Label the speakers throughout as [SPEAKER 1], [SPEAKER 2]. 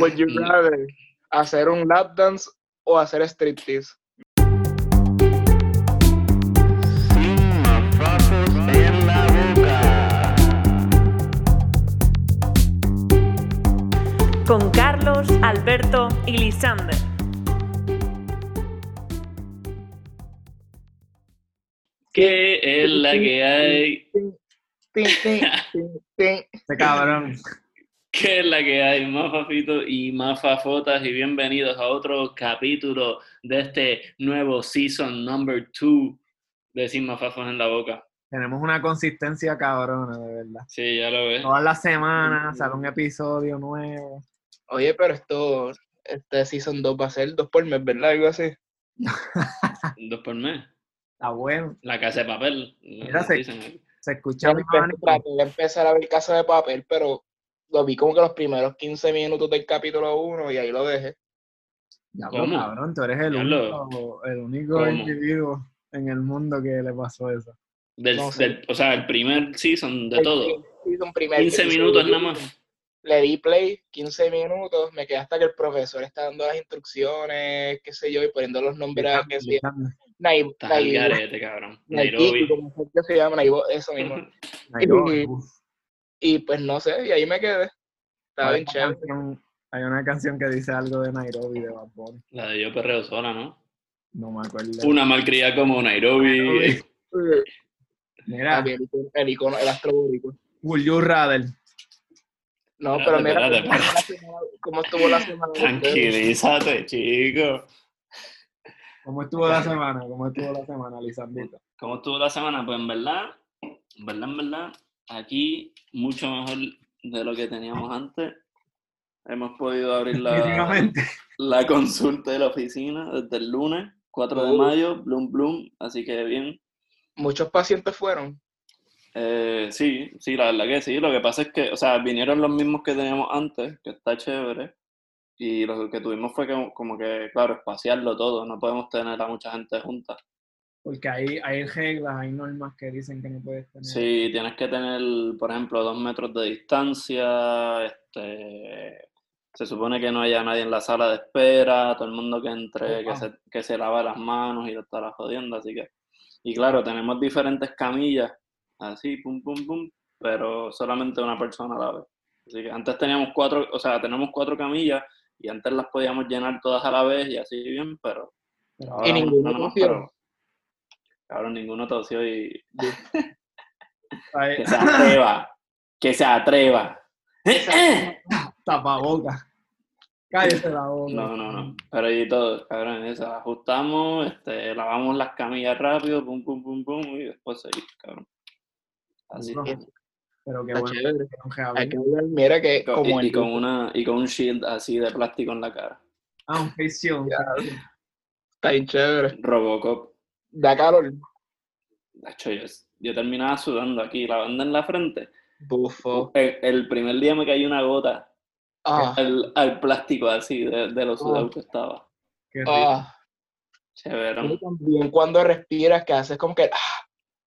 [SPEAKER 1] Would you rather hacer un lap dance o hacer striptease?
[SPEAKER 2] Sin mafajos en la boca.
[SPEAKER 3] Con Carlos, Alberto y Lisander.
[SPEAKER 2] Que es la que hay?
[SPEAKER 1] Tin, tin, tin, tin.
[SPEAKER 4] Este cabrón.
[SPEAKER 2] que es la que hay? Mafafitos y mafafotas y bienvenidos a otro capítulo de este nuevo season number 2 de Sin mafajos en la boca.
[SPEAKER 4] Tenemos una consistencia cabrona, de verdad.
[SPEAKER 2] Sí, ya lo ves.
[SPEAKER 4] Todas las semanas sale un episodio nuevo.
[SPEAKER 1] Oye, pero esto, este season 2 va a ser dos por mes, ¿verdad? Algo así. Ah.
[SPEAKER 2] Dos por mes.
[SPEAKER 4] Está bueno.
[SPEAKER 2] La casa de papel.
[SPEAKER 4] Mira, se-
[SPEAKER 2] Dicen.
[SPEAKER 4] Se escucha
[SPEAKER 1] Yo
[SPEAKER 4] mi
[SPEAKER 1] empe-
[SPEAKER 4] abanico.
[SPEAKER 1] traté de empezar a ver Casa de Papel, pero lo vi como que los primeros 15 minutos del capítulo 1 y ahí lo dejé.
[SPEAKER 4] Ya,
[SPEAKER 2] ¿Cómo?
[SPEAKER 4] pues, cabrón, tú eres el
[SPEAKER 2] Diablo.
[SPEAKER 4] único, el único
[SPEAKER 2] ¿Cómo?
[SPEAKER 4] individuo en el mundo que le pasó eso.
[SPEAKER 2] Del-
[SPEAKER 1] No sé.
[SPEAKER 2] del- o sea, el primer season de
[SPEAKER 1] El
[SPEAKER 2] todo.
[SPEAKER 1] season primer
[SPEAKER 2] 15
[SPEAKER 1] episodio.
[SPEAKER 2] minutos nada más.
[SPEAKER 1] Le di play, 15 minutos, me quedé hasta que el profesor está dando las instrucciones, qué sé yo, y poniendo los nombres a que sí. Nai-
[SPEAKER 2] Estás al
[SPEAKER 1] Nai-
[SPEAKER 2] garete, cabrón.
[SPEAKER 1] Nairobi,
[SPEAKER 2] Nairobi.
[SPEAKER 1] como sé que se llama, Nairobi, eso mismo.
[SPEAKER 4] Nairobi,
[SPEAKER 1] Y-
[SPEAKER 4] uf.
[SPEAKER 1] Y pues no sé, y ahí me quedé. Estaba
[SPEAKER 4] Hay
[SPEAKER 1] bien
[SPEAKER 4] una
[SPEAKER 1] chévere.
[SPEAKER 4] canción- Hay una canción que dice algo de Nairobi de Bad Bunny.
[SPEAKER 2] La de yo perreo sola, ¿no?
[SPEAKER 4] No me acuerdo.
[SPEAKER 2] Una malcriada como Nairobi.
[SPEAKER 4] Nairobi.
[SPEAKER 1] Eh,
[SPEAKER 4] Mira,
[SPEAKER 1] también El icono- el icono, el astro boricua.
[SPEAKER 4] Will You Rather.
[SPEAKER 1] No,
[SPEAKER 2] Espérate,
[SPEAKER 1] pero mira
[SPEAKER 2] espérate,
[SPEAKER 1] cómo estuvo la semana- cómo estuvo la semana. de ustedes.
[SPEAKER 2] Tranquilízate, chico.
[SPEAKER 4] ¿Cómo estuvo la semana? ¿Cómo estuvo la semana, Lisandita?
[SPEAKER 2] ¿Cómo estuvo la semana? Pues en verdad, en verdad, en verdad, aquí mucho mejor de lo que teníamos antes. Hemos podido abrir la,
[SPEAKER 4] Definitivamente.
[SPEAKER 2] la consulta de la oficina desde el lunes, 4 de mayo, Bloom Bloom, así que bien.
[SPEAKER 1] Muchos pacientes fueron.
[SPEAKER 2] Eh, sí, sí, la verdad que sí. Lo que pasa es que, o sea, vinieron los mismos que teníamos antes, que está chévere. Y lo que tuvimos fue que, como que, claro, espaciarlo todo. No podemos tener a mucha gente junta.
[SPEAKER 4] Porque hay, hay reglas, hay normas que dicen que no puedes tener.
[SPEAKER 2] Sí, tienes que tener, por ejemplo, dos metros de distancia. Este, se supone que no haya nadie en la sala de espera. Todo el mundo que entre, que
[SPEAKER 4] Wow.
[SPEAKER 2] se, que se lava las manos y lo está la jodiendo. Así que, y claro, tenemos diferentes camillas, así, pum, pum, pum, pero solamente una persona a la vez. Así que antes teníamos cuatro, o sea, tenemos cuatro camillas y antes las podíamos llenar todas a la vez y así bien, pero
[SPEAKER 4] Pero
[SPEAKER 2] ahora
[SPEAKER 1] Y
[SPEAKER 2] una
[SPEAKER 1] ninguno
[SPEAKER 2] nada más,
[SPEAKER 1] tosió.
[SPEAKER 2] pero- Cabrón, ninguno tosió y
[SPEAKER 4] hay
[SPEAKER 2] que se atreva. Que se atreva.
[SPEAKER 4] tapabocas. Cállese la boca.
[SPEAKER 2] No, no, no. Pero ahí todo, cabrón, eso. Ajustamos, este, lavamos las camillas rápido, pum, pum, pum, pum, y después seguimos, cabrón. Así.
[SPEAKER 4] Duro.
[SPEAKER 2] y-
[SPEAKER 4] Pero qué
[SPEAKER 1] Está
[SPEAKER 4] bueno que
[SPEAKER 1] chévere.
[SPEAKER 4] tuvieron que abrir.
[SPEAKER 1] Hay que hablar, mira que Eh, como
[SPEAKER 2] Y,
[SPEAKER 1] el
[SPEAKER 2] con una, y con un shield así de plástico en la cara.
[SPEAKER 4] Ah, un face shield.
[SPEAKER 1] está bien chévere.
[SPEAKER 2] Robocop.
[SPEAKER 1] Da calor.
[SPEAKER 2] Nacho, yo, yo terminaba sudando aquí, la banda en la frente.
[SPEAKER 1] Bufo.
[SPEAKER 2] El, el primer día me cayó una gota
[SPEAKER 1] Oh. Ah,
[SPEAKER 2] al, al plástico así de, de lo sudado que estaba.
[SPEAKER 4] Qué rico.
[SPEAKER 2] Oh.
[SPEAKER 1] ah.
[SPEAKER 2] Chévere.
[SPEAKER 1] Y también cuando respiras, que haces como que. Ah,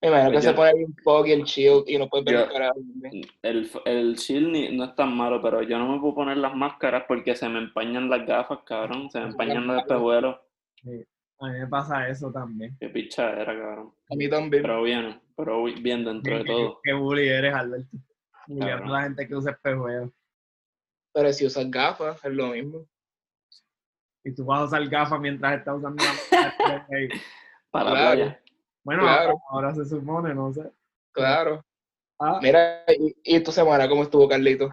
[SPEAKER 1] me imagino que
[SPEAKER 2] Pues yo-
[SPEAKER 1] se pone bien foggy el chill y no puedes ver
[SPEAKER 2] Yo- Mm.
[SPEAKER 1] el carajo. ¿no?
[SPEAKER 2] El, f- el shield ni- no es tan malo, pero yo no me puedo poner las máscaras porque se me empañan las gafas, cabrón. Se me empañan los espejuelos.
[SPEAKER 4] A mí me pasa eso también.
[SPEAKER 2] Qué picha era, cabrón.
[SPEAKER 1] A mí también.
[SPEAKER 2] Pero bien, pero bi- bien dentro de todo.
[SPEAKER 4] Qué bully eres, Alberto. Bulleando
[SPEAKER 2] Cabrón.
[SPEAKER 4] a la gente que usa espejuelos.
[SPEAKER 1] Pero si usas gafas, es lo mismo.
[SPEAKER 4] Y tú vas a usar gafas mientras estás usando la
[SPEAKER 2] Para la
[SPEAKER 1] Claro.
[SPEAKER 2] playa.
[SPEAKER 4] Bueno,
[SPEAKER 1] Claro.
[SPEAKER 4] ahora, ahora se supone, no sé.
[SPEAKER 1] Claro.
[SPEAKER 4] Ah,
[SPEAKER 1] Mira, y, y tu semana, ¿cómo estuvo, Carlito?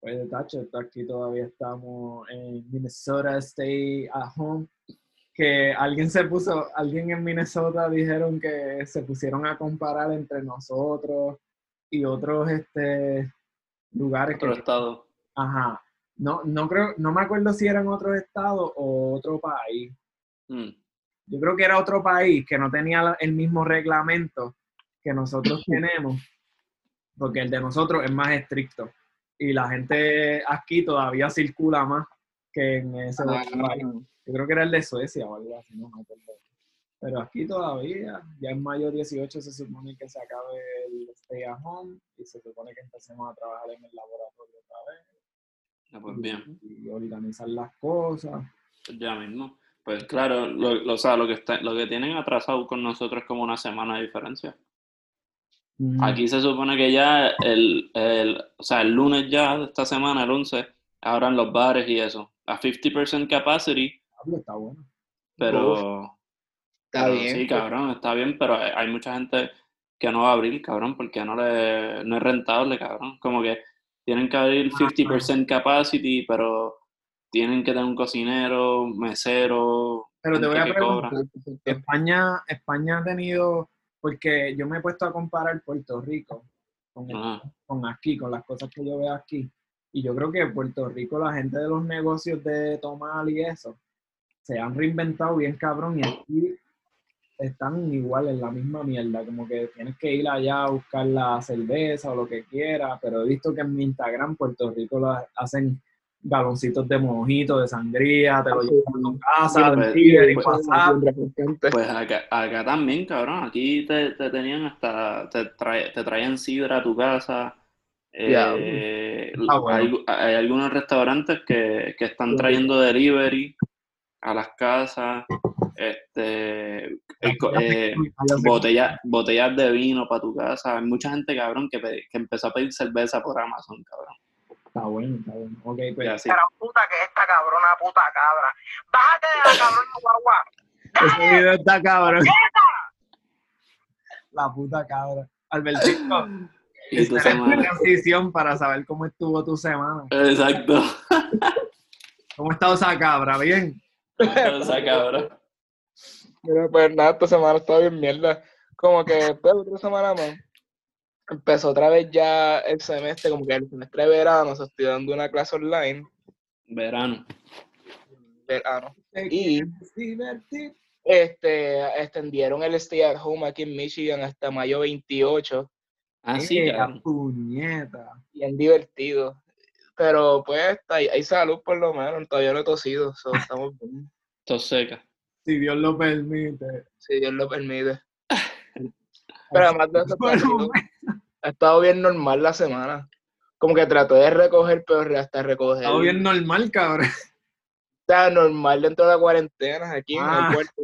[SPEAKER 4] Oye, Tacho, esto aquí todavía estamos en Minnesota, stay at home. Que alguien se puso, alguien en Minnesota dijeron que se pusieron a comparar entre nosotros y otros este, lugares
[SPEAKER 2] Otro
[SPEAKER 4] que.
[SPEAKER 2] estado.
[SPEAKER 4] Ajá. No, no creo, no me acuerdo si eran otros estados o otro país.
[SPEAKER 2] Mm.
[SPEAKER 4] Yo creo que era otro país que no tenía la- el mismo reglamento que nosotros tenemos, porque el de nosotros es más estricto. Y la gente aquí todavía circula más que en ese
[SPEAKER 2] Ah,
[SPEAKER 4] otro país. Yo creo que era el de Suecia o algo así, no me acuerdo. Pero aquí todavía, ya en mayo 18 se supone que se acabe el stay at home y se supone que empecemos a trabajar en el laboratorio otra vez.
[SPEAKER 2] Ah, pues bien,
[SPEAKER 4] y organizar las cosas.
[SPEAKER 2] pues ya mismo. Pues claro, lo, lo- o sea, lo que, está, lo que tienen atrasado con nosotros es como una semana de diferencia. Aquí se supone que ya el, el, o sea, el lunes ya de esta semana, el 11, abran los bares y eso. A 50% capacity,
[SPEAKER 4] Diablo, está bueno.
[SPEAKER 2] pero...
[SPEAKER 1] Está
[SPEAKER 2] Pero
[SPEAKER 1] bien.
[SPEAKER 2] Ah, Sí,
[SPEAKER 4] pues.
[SPEAKER 2] cabrón, está bien, pero hay hay mucha gente que no va a abrir, cabrón, porque no, le, no es rentable, cabrón. Como que tienen que abrir
[SPEAKER 4] Ah,
[SPEAKER 2] 50% capacity, pero tienen que tener un cocinero, mesero,
[SPEAKER 4] Pero te voy a
[SPEAKER 2] gente que cobra.
[SPEAKER 4] preguntar,
[SPEAKER 1] Pues,
[SPEAKER 4] España, España ha tenido, porque yo me he puesto a comparar Puerto Rico con,
[SPEAKER 2] Ajá.
[SPEAKER 4] con aquí, con las cosas que yo veo aquí. Y yo creo que en Puerto Rico la gente de los negocios de tomar y eso se han reinventado bien cabrón y aquí están igual en la misma mierda, como que tienes que ir allá a buscar la cerveza o lo que quiera, pero he visto que en mi Instagram Puerto Rico la- hacen galoncitos de mojito, de sangría, te lo llevan a tu casa,
[SPEAKER 2] Ah, Sí,
[SPEAKER 4] de
[SPEAKER 2] pues,
[SPEAKER 4] Tinder y
[SPEAKER 2] pues,
[SPEAKER 4] WhatsApp.
[SPEAKER 2] Pues acá, acá también, cabrón. Aquí te, te tenían hasta, te, trae- te traían sidra a tu casa. Eh,
[SPEAKER 1] Ya.
[SPEAKER 4] Ah, bueno.
[SPEAKER 2] hay, hay algunos restaurantes que, que están trayendo delivery a las casas. Este, el co- eh, botella- botellas de vino para tu casa. Hay mucha gente, cabrón, que, pe- que empezó a pedir cerveza por Amazon, cabrón.
[SPEAKER 4] Está bueno, está bueno. Ok, pues
[SPEAKER 2] Y así.
[SPEAKER 5] puta que es esta cabrona puta cabra. Bájate de la cabrona guagua.
[SPEAKER 4] Ese video está cabrón. La puta cabra. Albertito,
[SPEAKER 2] Y tu
[SPEAKER 4] esta era una
[SPEAKER 2] semana.
[SPEAKER 4] transición para saber cómo estuvo tu semana.
[SPEAKER 2] Exacto.
[SPEAKER 4] ¿Cómo ha estado esa cabra? Bien.
[SPEAKER 2] O sea, cabrón.
[SPEAKER 1] Mira, pues nada, esta semana estaba bien mierda. Como que pues, otra semana más. Empezó otra vez ya el semestre, como que el semestre de verano, o sea, estoy dando una clase online,
[SPEAKER 2] Verano.
[SPEAKER 1] verano.
[SPEAKER 4] Y
[SPEAKER 1] Y este, extendieron el stay at home aquí en Michigan hasta mayo 28,
[SPEAKER 2] Así, cabrón.
[SPEAKER 4] puñeta.
[SPEAKER 1] bien divertido. Pero pues hay, hay salud por lo menos, todavía no he tosido, so, estamos bien,
[SPEAKER 2] Tos seca.
[SPEAKER 4] Si Dios lo permite.
[SPEAKER 1] si Dios lo permite. Pero además de eso,
[SPEAKER 4] Por
[SPEAKER 1] pues, ha
[SPEAKER 4] un
[SPEAKER 1] sido- ha estado bien normal la semana. Como que traté de recoger, pero hasta recoger.
[SPEAKER 4] Estado bien normal, cabrón.
[SPEAKER 1] está normal dentro de la cuarentena aquí en
[SPEAKER 4] Ah.
[SPEAKER 1] el puerto.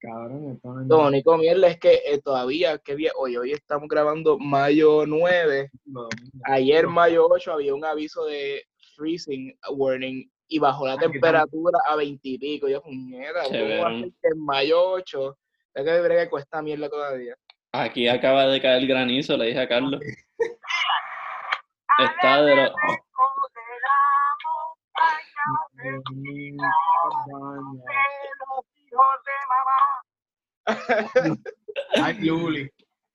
[SPEAKER 4] Cabrón, está normal.
[SPEAKER 1] Lo único mierda es que eh, todavía, qué día, hoy, hoy estamos grabando mayo 9,
[SPEAKER 4] Lo domingo.
[SPEAKER 1] ayer mayo 8 había un aviso de freezing warning y bajó la
[SPEAKER 4] Aquí
[SPEAKER 1] temperatura a 20 y pico. Yo, puñeta, ¿cómo va a
[SPEAKER 2] Chévere.
[SPEAKER 1] ser que en mayo 8? Ya que brega con esta mierda todavía.
[SPEAKER 2] Aquí acaba de caer granizo, le dije a Carlos. Está de lo-
[SPEAKER 5] Como de la montaña
[SPEAKER 4] Domingo, baño.
[SPEAKER 5] de los hijos de mamá.
[SPEAKER 4] Ay, Luli.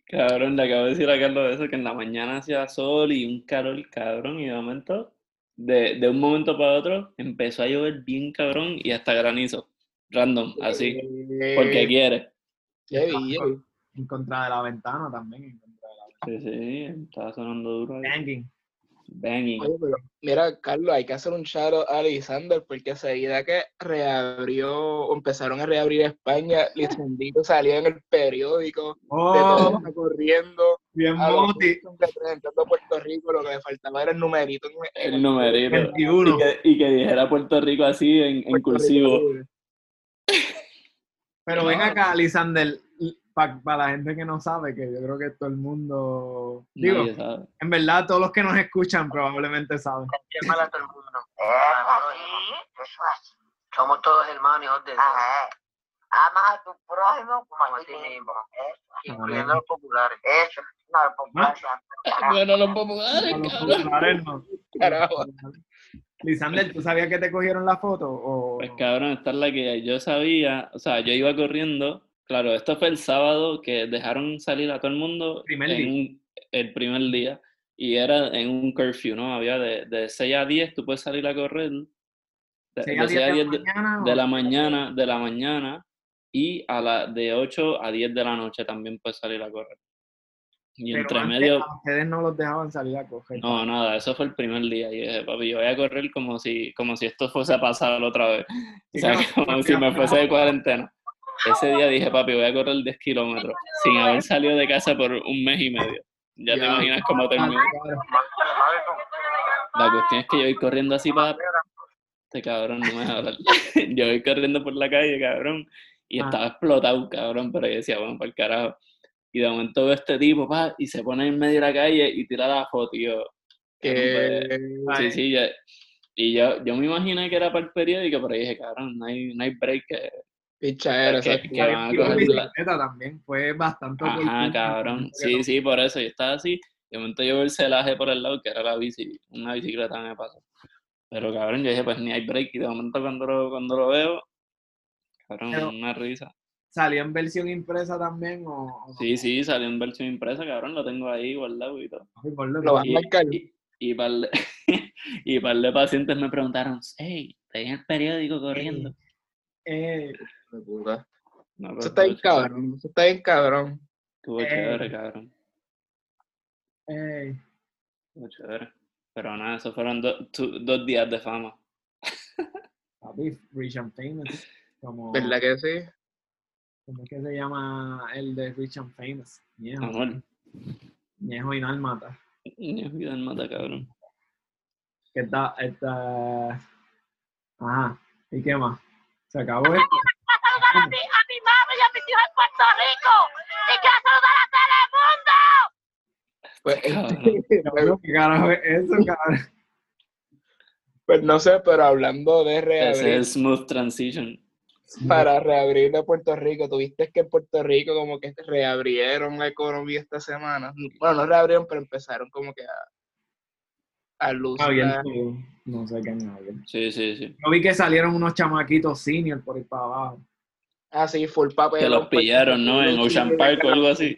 [SPEAKER 2] Cabrón, le acabo de decir a Carlos eso, que en la mañana hacía sol y un calor cabrón, y de momento, de, de un momento para otro, empezó a llover bien cabrón y hasta granizo. Random, así. Porque
[SPEAKER 1] Eh,
[SPEAKER 2] quiere.
[SPEAKER 1] qué día.
[SPEAKER 4] En contra de la ventana también. En contra de la
[SPEAKER 2] Sí, sí, estaba sonando duro. ahí.
[SPEAKER 4] Banging.
[SPEAKER 2] Banging.
[SPEAKER 1] Oye, pero mira, Carlos, hay que hacer un shoutout a Lisander porque seguida que reabrió, o empezaron a reabrir España, Lisandito salió en el periódico, de
[SPEAKER 4] Oh,
[SPEAKER 1] todo corriendo,
[SPEAKER 4] bien
[SPEAKER 1] a los
[SPEAKER 4] moti.
[SPEAKER 1] Houston representando a Puerto Rico, lo que le faltaba era el numerito. en-
[SPEAKER 2] El numerito.
[SPEAKER 4] 21.
[SPEAKER 2] Y que, y que dijera Puerto Rico así en, en
[SPEAKER 1] Puerto
[SPEAKER 2] cursivo.
[SPEAKER 1] Rico.
[SPEAKER 4] Pero
[SPEAKER 1] No.
[SPEAKER 4] ven acá, Lisander, para la gente que no sabe, que yo creo que todo el mundo. Digo,
[SPEAKER 2] Nadie sabe.
[SPEAKER 4] en verdad, todos los que nos escuchan probablemente saben.
[SPEAKER 5] Qué mala todo el mundo. Eso así. Somos todos hermanos, hijos de Dios. Amas a tu prójimo como a ti mismo. Incluyendo a los populares. Eso. No, los populares.
[SPEAKER 2] Bueno, los populares,
[SPEAKER 4] A los
[SPEAKER 2] cabrón.
[SPEAKER 4] populares no.
[SPEAKER 1] Carajo.
[SPEAKER 4] Lisander, ¿tú sabías que te cogieron la foto? O...
[SPEAKER 2] Pues cabrón, esta es la que yo sabía, o sea, yo iba corriendo, claro, esto fue el sábado que dejaron salir a todo el mundo
[SPEAKER 4] Primer
[SPEAKER 2] en
[SPEAKER 4] día.
[SPEAKER 2] un- el primer día y era en un curfew, ¿no? Había de, de 6 a 10, tú puedes salir a correr, de,
[SPEAKER 4] ¿Seis
[SPEAKER 2] de
[SPEAKER 4] a
[SPEAKER 2] 6 a 10 de,
[SPEAKER 4] mañana?
[SPEAKER 2] de
[SPEAKER 4] o-
[SPEAKER 2] la mañana, de la mañana y a la, de 8 a 10 de la noche también puedes salir a correr. Y
[SPEAKER 4] Pero
[SPEAKER 2] entre
[SPEAKER 4] antes
[SPEAKER 2] medio,
[SPEAKER 4] a Ustedes no los dejaban salir a coger.
[SPEAKER 2] no, nada, eso fue el primer día. Y dije, papi, yo voy a correr como si, como si esto fuese a pasar otra vez. O
[SPEAKER 4] Sí,
[SPEAKER 2] sea,
[SPEAKER 4] claro,
[SPEAKER 2] como si me fuese de cuarentena. Ese día dije, papi, voy a correr 10 kilómetros sin haber salido de casa por un mes y medio. Ya te
[SPEAKER 1] Ya.
[SPEAKER 2] imaginas cómo
[SPEAKER 4] Ah,
[SPEAKER 2] terminó.
[SPEAKER 4] claro.
[SPEAKER 5] Pero, ¿sabes cómo?
[SPEAKER 2] La cuestión es que yo voy corriendo así para... Este cabrón no me deja hablar. Yo voy corriendo por la calle, cabrón, y
[SPEAKER 4] Ah.
[SPEAKER 2] estaba explotado, cabrón, pero yo decía, bueno, para el carajo. Y de momento veo a este tipo, pa, y se pone en medio de la calle y tira la foto, y yo... cabrón,
[SPEAKER 1] Que...
[SPEAKER 2] pues,
[SPEAKER 4] Ay,
[SPEAKER 2] Sí, sí, ya- Y yo, yo me imaginé que era para el periódico, pero dije, cabrón, no hay, no hay break. que-
[SPEAKER 1] Pichadera,
[SPEAKER 2] que-
[SPEAKER 1] exacto.
[SPEAKER 2] que van a
[SPEAKER 4] y la
[SPEAKER 2] coger la-
[SPEAKER 4] bicicleta también fue bastante
[SPEAKER 2] Ajá,
[SPEAKER 4] oportuna.
[SPEAKER 2] cabrón. Sí, sí, por eso. Yo estaba así. De momento yo veo el celaje por el lado, que era la bici. Una bicicleta me pasó. Pero cabrón, yo dije, pues ni hay break. Y de momento cuando lo, cuando lo veo, cabrón,
[SPEAKER 4] Pero-
[SPEAKER 2] una risa.
[SPEAKER 4] ¿Salió en versión impresa también? O, o no?
[SPEAKER 2] Sí, sí, salió en versión impresa, cabrón. Lo tengo ahí guardado y todo.
[SPEAKER 4] Ay, por
[SPEAKER 1] Lo
[SPEAKER 4] lo que-
[SPEAKER 1] vas a marcar.
[SPEAKER 2] Y, y par de, y par de pacientes me preguntaron, hey, tenía el periódico corriendo.
[SPEAKER 4] Eh,
[SPEAKER 1] Eso
[SPEAKER 2] No, pero
[SPEAKER 1] está bien
[SPEAKER 2] estuvo chévere,
[SPEAKER 1] cabrón, eso está bien cabrón.
[SPEAKER 2] Estuvo
[SPEAKER 4] Eh.
[SPEAKER 2] chévere, cabrón.
[SPEAKER 4] eh,
[SPEAKER 2] Estuvo chévere. Pero nada, esos fueron do- tu- dos días de fama.
[SPEAKER 4] papi, Rich and Famous. Como,
[SPEAKER 1] ¿Verdad que sí?
[SPEAKER 4] ¿Cómo es que se llama el de Rich and Famous? Ñejo,
[SPEAKER 2] Amor.
[SPEAKER 4] Ñejo y Nálmata.
[SPEAKER 2] Dios mío, el mata, cabrón.
[SPEAKER 4] Que está, está... Ajá, ¿y qué más? Se acabó esto.
[SPEAKER 6] saludar a mi, a mi mami y a mis hijos en Puerto Rico. Y quiero saludar a Telemundo.
[SPEAKER 1] Pues, eh,
[SPEAKER 2] Cabrón.
[SPEAKER 4] Cabrón, ¿Qué carajo es eso, cabrón?
[SPEAKER 1] pues no sé, pero hablando de
[SPEAKER 2] Ese
[SPEAKER 1] reabrir,
[SPEAKER 2] es smooth transition.
[SPEAKER 1] para reabrir de Puerto Rico, tuviste que en Puerto Rico como que reabrieron la economía esta semana. Bueno, no reabrieron, pero empezaron como que a, a luz.
[SPEAKER 2] Ah,
[SPEAKER 4] Abierto, eh, No sé qué han abierto.
[SPEAKER 2] Sí, sí, sí.
[SPEAKER 4] Yo vi que salieron unos chamaquitos senior por ahí para abajo.
[SPEAKER 1] Ah, sí, full papel. pues,
[SPEAKER 2] Que los pillaron, ¿no? En Ocean Park o algo así.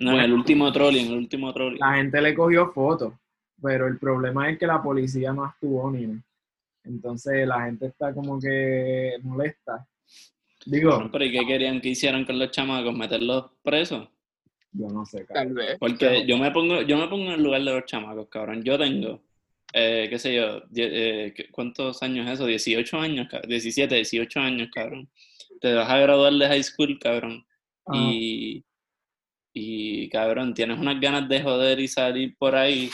[SPEAKER 2] No, en el último trolling, en el último trolling.
[SPEAKER 4] La gente le cogió fotos, pero el problema es que la policía no actuó ni nada. Entonces la gente está como que molesta. Digo,
[SPEAKER 2] Cabrón, Pero ¿y qué querían que hicieran con los chamacos? ¿Meterlos presos?
[SPEAKER 4] yo no sé, cabrón.
[SPEAKER 1] Tal vez.
[SPEAKER 2] Porque yo me pongo, yo me pongo en el lugar de los chamacos, cabrón. Yo tengo, eh, qué sé yo, die- eh, ¿qué- ¿cuántos años es eso? 18 años, cab- 17, 18 años, cabrón. Te vas a graduar de high school, cabrón.
[SPEAKER 4] Ah,
[SPEAKER 2] Y, y cabrón, tienes unas ganas de joder y salir por ahí.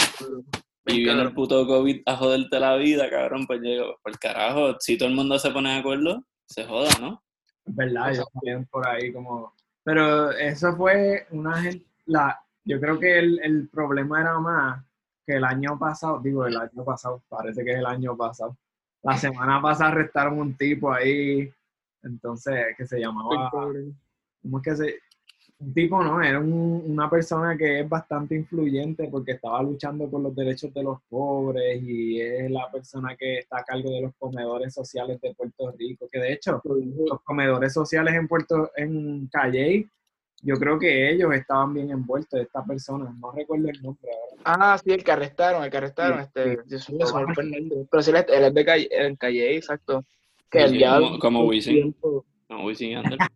[SPEAKER 2] Y viene el puto COVID a joderte la vida, cabrón. Pues llego, por carajo, si todo el mundo se pone de acuerdo, se joda, ¿no?
[SPEAKER 4] es verdad, ellos salieron por ahí como... Pero eso fue una gente... La, yo creo que el, el problema era más que el año pasado, digo, el año pasado, parece que es el año pasado. La semana pasada arrestaron un tipo ahí, entonces, que se llamaba... ¿cómo es que se...? Un tipo, ¿no? Era un- una persona que es bastante influyente porque estaba luchando por los derechos de los pobres y es la persona que está a cargo de los comedores sociales de Puerto Rico, que de hecho, los comedores sociales en Puerto, en Calle, yo creo que ellos estaban bien envueltos, esta persona, no recuerdo el nombre ahora.
[SPEAKER 1] Ah, sí, el que arrestaron, el que arrestaron,
[SPEAKER 4] Sí,
[SPEAKER 1] este,
[SPEAKER 4] sí.
[SPEAKER 1] Dios mío, se me olvidó el nombre. Pero sí, él es, él es de calle, en calle, exacto. Que
[SPEAKER 2] Sí,
[SPEAKER 1] él
[SPEAKER 2] sí,
[SPEAKER 1] ya-
[SPEAKER 2] como- como
[SPEAKER 1] un
[SPEAKER 2] Wisin.
[SPEAKER 1] tiempo-
[SPEAKER 2] No voy sin andar.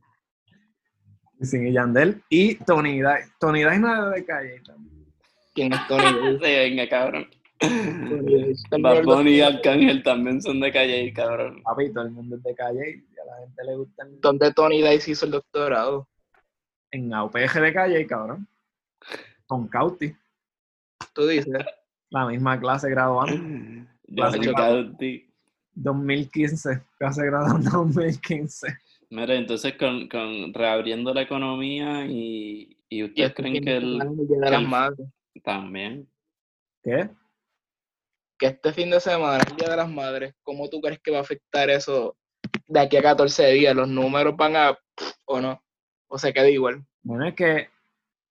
[SPEAKER 4] Wisin y Yandel. Y Tony Dice. Tony Dice no era de Calle también.
[SPEAKER 1] ¿Quién es Tony?
[SPEAKER 2] venga, cabrón.
[SPEAKER 1] Dice?
[SPEAKER 2] Bad Bunny y Arcángel también son de calle, cabrón.
[SPEAKER 4] Papi, todo el mundo es de Calle y a la gente le gusta el-
[SPEAKER 1] donde Tony Dice hizo el doctorado.
[SPEAKER 4] en AUPG de Calle, cabrón. Con Cauti.
[SPEAKER 1] Tú dices,
[SPEAKER 4] La misma clase graduando.
[SPEAKER 2] Yo soy
[SPEAKER 1] Claro.
[SPEAKER 2] Cauti.
[SPEAKER 4] 2015. Clase graduando 2015.
[SPEAKER 2] Mira, entonces con, con reabriendo la economía y, y
[SPEAKER 1] y
[SPEAKER 2] ustedes
[SPEAKER 1] esto
[SPEAKER 2] creen que
[SPEAKER 1] este fin de
[SPEAKER 2] el,
[SPEAKER 1] semana es el Día de las
[SPEAKER 2] el-
[SPEAKER 1] Madres.
[SPEAKER 2] también.
[SPEAKER 4] ¿Qué?
[SPEAKER 1] Que este fin de semana, el Día de las Madres, ¿cómo tú crees que va a afectar eso de aquí a 14 días? ¿Los números van a... o no? ¿O se queda igual?
[SPEAKER 4] Bueno, es que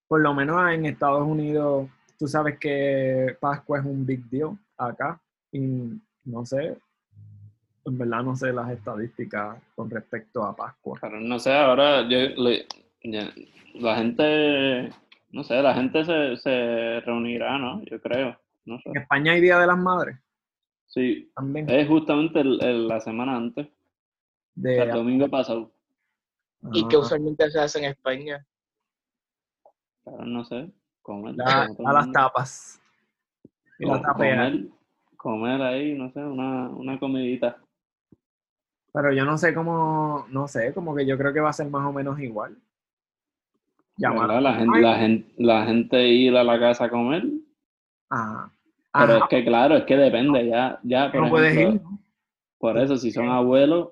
[SPEAKER 4] por lo menos en Estados Unidos, tú sabes que Pascua es un big deal acá. Y no sé, en verdad no sé las estadísticas con respecto a Pascua.
[SPEAKER 2] Claro, no sé, ahora yo, le- ya, la gente, no sé, la gente se, se reunirá, ¿no? Yo creo, no sé.
[SPEAKER 4] En España hay Día de las Madres
[SPEAKER 2] Sí,
[SPEAKER 4] también.
[SPEAKER 2] es justamente el- el- la semana antes, o sea, el
[SPEAKER 4] De,
[SPEAKER 2] domingo pasado.
[SPEAKER 1] ¿Y qué
[SPEAKER 4] Ah,
[SPEAKER 1] usualmente se hace en España?
[SPEAKER 2] Claro, no sé, comer.
[SPEAKER 4] la-
[SPEAKER 2] como todo el
[SPEAKER 4] a las
[SPEAKER 2] mundo.
[SPEAKER 4] tapas. Y la
[SPEAKER 2] Co-
[SPEAKER 4] tapea.
[SPEAKER 2] comer, comer ahí, no sé, una, una comidita.
[SPEAKER 4] Pero yo no sé cómo, no sé, como que yo creo que va a ser más o menos igual. Llamar.
[SPEAKER 2] ¿Verdad? La, gente, la, gente, la gente ir a la casa a comer.
[SPEAKER 4] Ajá. Ah,
[SPEAKER 2] Pero
[SPEAKER 4] Ajá,
[SPEAKER 2] es que claro, es que depende, ya, ya, por
[SPEAKER 4] no puedes
[SPEAKER 2] ejemplo,
[SPEAKER 4] ir. ¿no?
[SPEAKER 2] por eso, si son abuelos,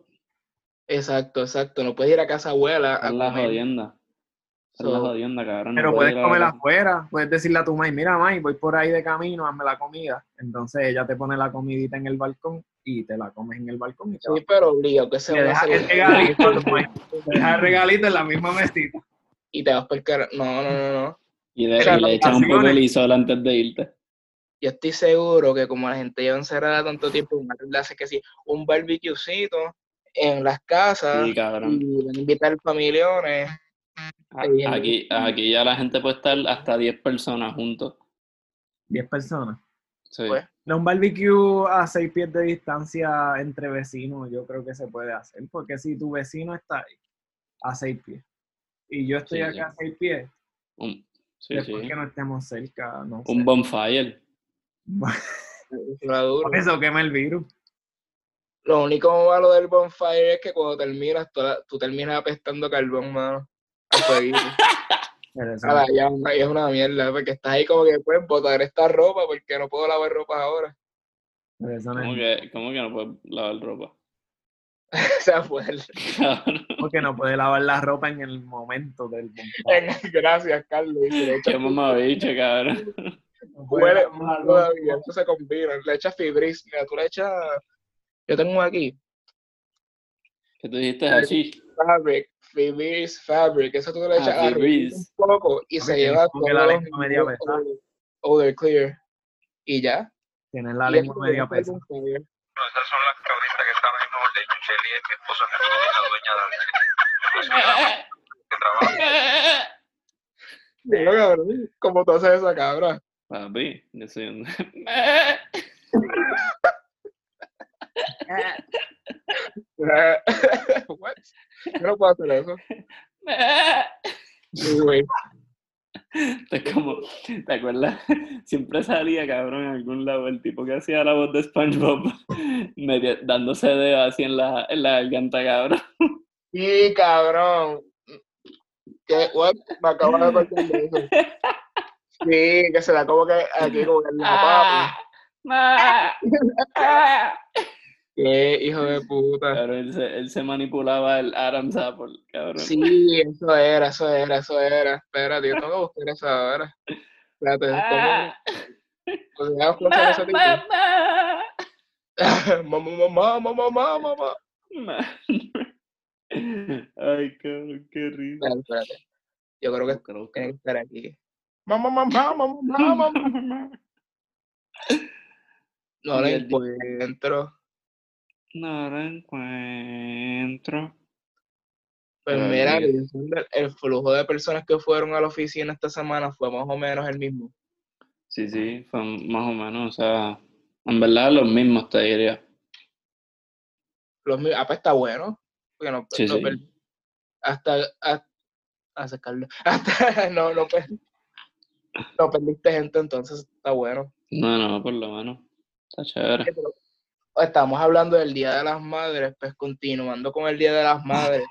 [SPEAKER 1] Exacto, exacto. No puedes ir a casa abuela
[SPEAKER 4] Ah,
[SPEAKER 1] a
[SPEAKER 2] es la
[SPEAKER 1] comer.
[SPEAKER 2] jodienda. Es la
[SPEAKER 1] So,
[SPEAKER 2] jodienda, cabrón. no
[SPEAKER 4] Pero puedes
[SPEAKER 2] ir a la
[SPEAKER 4] comer
[SPEAKER 2] casa.
[SPEAKER 4] afuera, puedes decirle a tu mãe, mira, mãe, voy por ahí de camino, hazme la comida. Entonces ella te pone la comidita en el balcón y te la comes en el balcón y te vas.
[SPEAKER 1] Sí, pero obligado que se
[SPEAKER 4] Le
[SPEAKER 1] van a
[SPEAKER 4] dejas
[SPEAKER 1] hacer
[SPEAKER 4] el regalito, a tu mãe. le dejas el regalito en la misma mesita.
[SPEAKER 1] y te vas por cara. No, no, no, no.
[SPEAKER 2] Y le,
[SPEAKER 1] O sea,
[SPEAKER 2] y le echan un poco de lisol antes de irte.
[SPEAKER 1] Yo estoy seguro que como la gente lleva encerrada tanto tiempo, una le hace que sí, un barbecuecito en las casas
[SPEAKER 2] Sí, cabrón.
[SPEAKER 1] y van a invitar familiones. Ahí es.
[SPEAKER 2] Aquí, aquí ya la gente puede estar hasta 10 personas juntos.
[SPEAKER 4] 10 personas.
[SPEAKER 2] Sí.
[SPEAKER 1] Pues.
[SPEAKER 4] No, un barbecue a 6 pies de distancia entre vecinos, yo creo que se puede hacer, porque si tu vecino está ahí, a 6 pies, y yo estoy
[SPEAKER 2] Sí,
[SPEAKER 4] acá
[SPEAKER 2] sí.
[SPEAKER 4] a 6 pies,
[SPEAKER 2] Un, sí,
[SPEAKER 4] después
[SPEAKER 2] sí.
[SPEAKER 4] que no estemos cerca, no sé.
[SPEAKER 2] un bonfire.
[SPEAKER 1] Lo duro.
[SPEAKER 4] Por eso quema el virus.
[SPEAKER 1] Lo único malo del bonfire es que cuando terminas, tú, tú terminas apestando carbón, mano. al fueguito.
[SPEAKER 4] Pero eso
[SPEAKER 1] A la llama, y es una mierda, porque estás ahí como que puedes botar esta ropa porque no puedo lavar ropa ahora.
[SPEAKER 4] no- pero eso no es-
[SPEAKER 2] ¿Cómo que, cómo que no puedes lavar ropa?
[SPEAKER 1] o sea, pues, fuerte.
[SPEAKER 2] Cabrón,
[SPEAKER 4] porque no puede lavar la ropa en el momento del bonfire.
[SPEAKER 1] Gracias, Carlos. Y si le echas
[SPEAKER 2] Qué mamabicho, cabrón.
[SPEAKER 4] No puede
[SPEAKER 1] huele
[SPEAKER 4] lavar la
[SPEAKER 1] más
[SPEAKER 4] ropa.
[SPEAKER 1] todavía, eso se combina. Le echas fibris, mira, tú le echas. Yo tengo aquí
[SPEAKER 2] ¿Qué tú dijiste así?
[SPEAKER 1] fabric, fibris, fabric. Eso tú le
[SPEAKER 2] Ah,
[SPEAKER 1] echas a
[SPEAKER 2] Febreze.
[SPEAKER 1] un poco y
[SPEAKER 4] Ok,
[SPEAKER 1] se lleva
[SPEAKER 4] como que
[SPEAKER 1] todos
[SPEAKER 4] la
[SPEAKER 1] los
[SPEAKER 4] lengua media
[SPEAKER 1] olor-
[SPEAKER 4] pesada.
[SPEAKER 1] Odor clear. Y ya.
[SPEAKER 4] Tienes la
[SPEAKER 1] Y
[SPEAKER 4] lengua
[SPEAKER 1] eso
[SPEAKER 4] media
[SPEAKER 1] es el
[SPEAKER 4] pesa.
[SPEAKER 1] bonfire.
[SPEAKER 7] No, esas son las cabritas que están en orden. Shelly es mi esposa, es la dueña de que trabaja.
[SPEAKER 1] Digo, cabrón, ¿Cómo tú haces esa cabra?
[SPEAKER 2] Papi, yo soy un...
[SPEAKER 1] What? Yo no puedo hacer eso.
[SPEAKER 2] ¡Eh!
[SPEAKER 1] Güey.
[SPEAKER 2] Esto es como, ¿te acuerdas? Siempre salía, cabrón, en algún lado el tipo que hacía la voz de SpongeBob medio- dándose dedo así en la, en la garganta, cabrón.
[SPEAKER 1] Sí, cabrón. ¿Qué? What? Me acabo de acordar de eso. Sí, que se la como que aquí como que en
[SPEAKER 4] Ah.
[SPEAKER 1] la Ah, papi.
[SPEAKER 2] Ah,
[SPEAKER 1] Qué hijo de puta.
[SPEAKER 2] Cabrón, él se, él se manipulaba el Adam's Apple, cabrón.
[SPEAKER 1] Sí, eso era, eso era, eso era. Espérate, yo tengo que buscar eso ahora. Espérate,
[SPEAKER 2] Ah,
[SPEAKER 1] Ah. ¿cómo? Pues ya, ¿cómo se llama ese tipo?
[SPEAKER 2] ah,
[SPEAKER 1] Mamá, mamá, mamá, mamá, mamá.
[SPEAKER 2] Ay, cabrón, qué risa.
[SPEAKER 1] Espérate, espérate. Yo creo que
[SPEAKER 2] Búscalo, búscalo.
[SPEAKER 1] tiene que estar aquí. Mamá, mamá, mamá, mamá, mamá. Eh. No lo
[SPEAKER 2] Y el di-
[SPEAKER 1] encuentro.
[SPEAKER 2] No lo encuentro.
[SPEAKER 1] Pues
[SPEAKER 2] Ay,
[SPEAKER 1] mira,
[SPEAKER 2] Dios.
[SPEAKER 1] revisando el- el flujo de personas que fueron a la oficina esta semana fue más o menos el mismo.
[SPEAKER 2] Sí, sí, fue más o menos, o sea, en verdad los mismos te diría.
[SPEAKER 1] Los mi- ah, pues está bueno. Porque no,
[SPEAKER 2] Sí,
[SPEAKER 1] no
[SPEAKER 2] sí.
[SPEAKER 1] per- hasta, hasta, hasta, Carlos, hasta no, no, per- no perdiste gente, entonces está bueno.
[SPEAKER 2] No, no, por lo menos. Está chévere.
[SPEAKER 1] Estamos hablando del Día de las Madres, pues continuando con el Día de las Madres.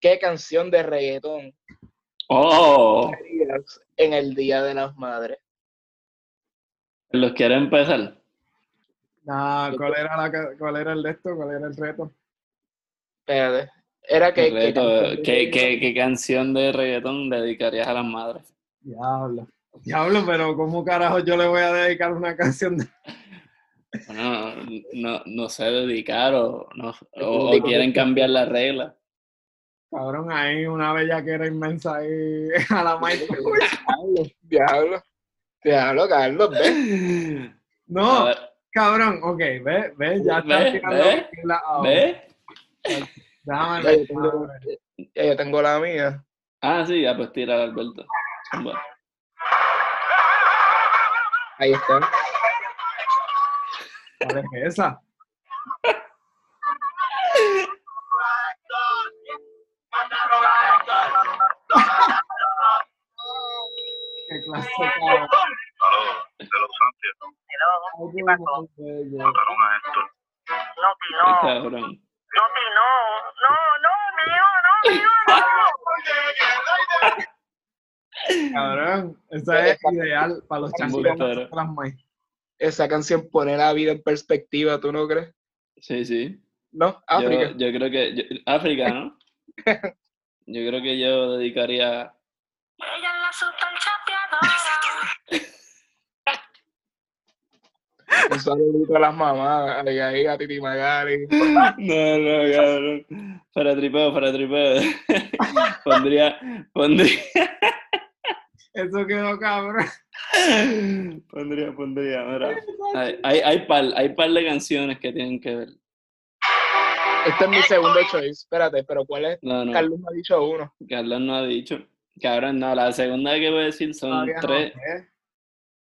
[SPEAKER 1] ¿Qué canción de reggaetón
[SPEAKER 2] ¡Oh!
[SPEAKER 1] harías en el Día de las Madres?
[SPEAKER 2] ¿Los quiere empezar?
[SPEAKER 4] Nah, ¿cuál, era la ca- ¿Cuál era el de esto? ¿Cuál era el reto?
[SPEAKER 1] Espérate. Era que... que
[SPEAKER 2] Reto, eh,
[SPEAKER 1] canción de
[SPEAKER 2] ¿Qué, qué,
[SPEAKER 1] reggaetón.
[SPEAKER 2] qué canción de reggaetón dedicarías a las madres?
[SPEAKER 4] Diablo. Diablo, pero ¿cómo carajo yo le voy a dedicar una canción de
[SPEAKER 2] Bueno, no, no, no sé dedicar o, no, o, o
[SPEAKER 1] Dedicar.
[SPEAKER 2] quieren cambiar la regla.
[SPEAKER 4] Cabrón, ahí una bellaquera inmensa ahí a la maestra.
[SPEAKER 1] Diablo, diablo. Diablo, Carlos, ¿ves?
[SPEAKER 2] A
[SPEAKER 4] No,
[SPEAKER 2] ver,
[SPEAKER 4] cabrón, ok, ve, ve, ya
[SPEAKER 2] Ve,
[SPEAKER 4] está tirando
[SPEAKER 2] ve,
[SPEAKER 4] la ahora.
[SPEAKER 2] ¿ves?
[SPEAKER 1] Ya
[SPEAKER 4] Déjame
[SPEAKER 1] yo,
[SPEAKER 4] ver,
[SPEAKER 1] tengo,
[SPEAKER 4] déjame ver.
[SPEAKER 1] ya yo tengo la mía.
[SPEAKER 2] Ah, sí, ya pues tira Alberto. Bueno,
[SPEAKER 1] Ahí está.
[SPEAKER 4] ¿Cuál es esa? Qué clase, cabrón.
[SPEAKER 7] Aló, de los Santiago,
[SPEAKER 4] Ay, qué bello.
[SPEAKER 7] mataron a Héctor.
[SPEAKER 5] No,
[SPEAKER 2] qué
[SPEAKER 5] no, no,
[SPEAKER 2] cabrón.
[SPEAKER 5] no, no, no, mío, no, mío, no.
[SPEAKER 4] Cabrón, esa es ideal para los
[SPEAKER 1] Esa
[SPEAKER 4] chamacos
[SPEAKER 2] mujer.
[SPEAKER 4] de las maestras.
[SPEAKER 1] esa canción pone la vida en perspectiva, ¿tú no crees?
[SPEAKER 2] Sí, sí.
[SPEAKER 1] ¿No?
[SPEAKER 2] Yo-
[SPEAKER 1] África.
[SPEAKER 2] Yo, creo que. yo- África, ¿no? Yo creo que yo dedicaría.
[SPEAKER 6] Ella es la super chapeadora.
[SPEAKER 1] Un saludito a las mamás, a Abigail, a Titi Magali.
[SPEAKER 2] No, no, cabrón. Para tripeo, para tripeo. pondría, pondría,
[SPEAKER 4] Eso quedó cabrón.
[SPEAKER 2] pondría, pondría, mira. Hay, hay, hay, par, hay par de canciones que tienen que ver.
[SPEAKER 1] Este es mi segundo choice. Espérate, pero ¿cuál es?
[SPEAKER 2] No, no.
[SPEAKER 1] Carlos me ha dicho uno.
[SPEAKER 2] Carlos no ha dicho. Cabrón, no, la segunda que voy a decir son
[SPEAKER 4] Todavía no ¿eh?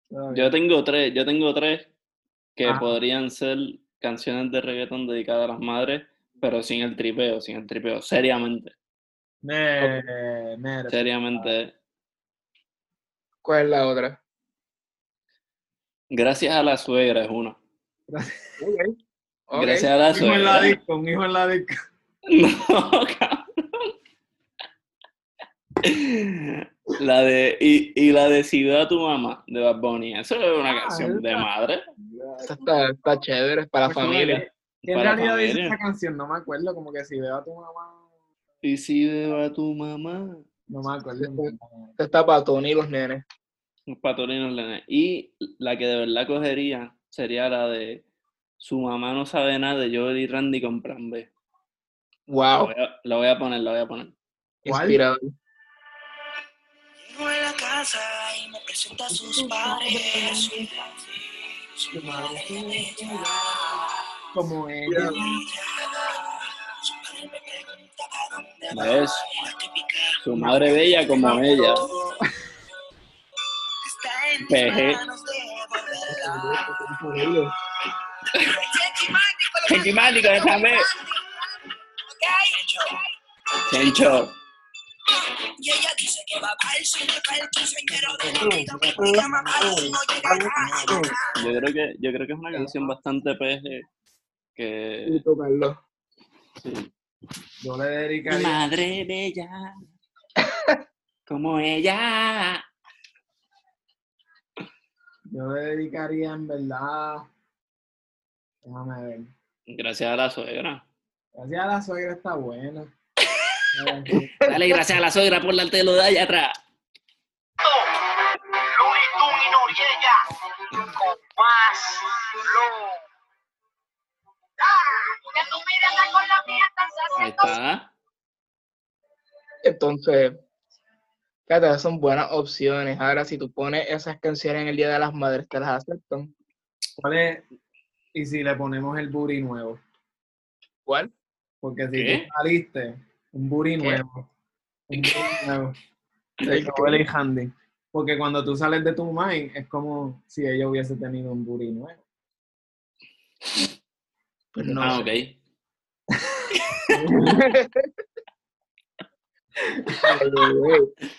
[SPEAKER 2] tres.
[SPEAKER 4] sé.
[SPEAKER 2] Yo tengo tres, yo tengo tres que
[SPEAKER 4] Ajá.
[SPEAKER 2] podrían ser canciones de reggaetón dedicadas a las madres, pero sin el tripeo, sin el tripeo, seriamente,
[SPEAKER 4] Mere, mere.
[SPEAKER 2] seriamente.
[SPEAKER 1] ¿Cuál es la otra?
[SPEAKER 2] Gracias a la suegra es una.
[SPEAKER 1] Ok. Ok.
[SPEAKER 2] Gracias a la
[SPEAKER 4] Un hijo en la
[SPEAKER 2] suegra.
[SPEAKER 4] disco, un hijo en la disco.
[SPEAKER 2] No, cabrón. La de, y, y la de Si veo a tu mamá, de Bad Bunny. Eso es una canción de
[SPEAKER 4] esa.
[SPEAKER 2] madre.
[SPEAKER 1] Esa está, está chévere, es para la
[SPEAKER 4] Pues,
[SPEAKER 1] familia.
[SPEAKER 4] ¿Qué en
[SPEAKER 2] para
[SPEAKER 4] realidad dice
[SPEAKER 2] familia.
[SPEAKER 4] esta canción? No me acuerdo, como que si veo a tu mamá.
[SPEAKER 2] Y si veo a tu mamá.
[SPEAKER 4] No me acuerdo. en verdad.
[SPEAKER 1] Esta está para Tony y los nenes.
[SPEAKER 2] Los patolinos, nene. Y la que de verdad cogería sería la de Su mamá no sabe nada de Joel y Randy con plan B. La
[SPEAKER 1] Wow.
[SPEAKER 2] voy a, la voy a poner, la voy a poner.
[SPEAKER 4] ¿Cuál?
[SPEAKER 1] Inspirador.
[SPEAKER 8] Llego a la casa y me presenta a sus padres. Su madre es ella.
[SPEAKER 4] Como ella.
[SPEAKER 8] Su padre me pregunta a dónde
[SPEAKER 2] ¿Ves?
[SPEAKER 8] va. La típica
[SPEAKER 2] Su madre bella como ella.
[SPEAKER 8] está en
[SPEAKER 2] Peje.
[SPEAKER 8] mis manos de volverla.
[SPEAKER 2] Gentimani con el plan B. Chencho.
[SPEAKER 8] Y ella dice que va al cine para el quinceañero de la vida, que cuida a mamá y no llega a casa.
[SPEAKER 2] Yo creo que, yo creo que es una canción bastante peje. Que.
[SPEAKER 1] Listo, Carlos.
[SPEAKER 2] sí.
[SPEAKER 4] Yo le dedicaría.
[SPEAKER 2] Madre bella. Como ella.
[SPEAKER 4] Yo le dedicaría en verdad. Déjame ver.
[SPEAKER 2] Gracias a la suegra.
[SPEAKER 4] Gracias a la suegra está buena.
[SPEAKER 2] Dale gracias a la suegra por la telo de allá atrás.
[SPEAKER 5] Looney Tunes y Noriega con más flow.
[SPEAKER 6] Que tu vida está con la mía, estás
[SPEAKER 2] Ahí
[SPEAKER 6] haciendo
[SPEAKER 2] está.
[SPEAKER 1] Entonces, fíjate, son buenas opciones. Ahora, si tú pones esas canciones en el Día de las Madres, te las aceptan.
[SPEAKER 4] ¿Cuál es? Y si le ponemos el booty nuevo.
[SPEAKER 1] ¿Cuál?
[SPEAKER 4] Porque si
[SPEAKER 2] ¿Qué?
[SPEAKER 4] tú saliste, un booty nuevo. Un booty nuevo. El que huele y handy. Porque cuando tú sales de tu mind, es como si ella hubiese tenido un booty nuevo.
[SPEAKER 1] Pues no
[SPEAKER 2] ah,
[SPEAKER 1] sé.
[SPEAKER 2] ok.
[SPEAKER 1] Ay, güey.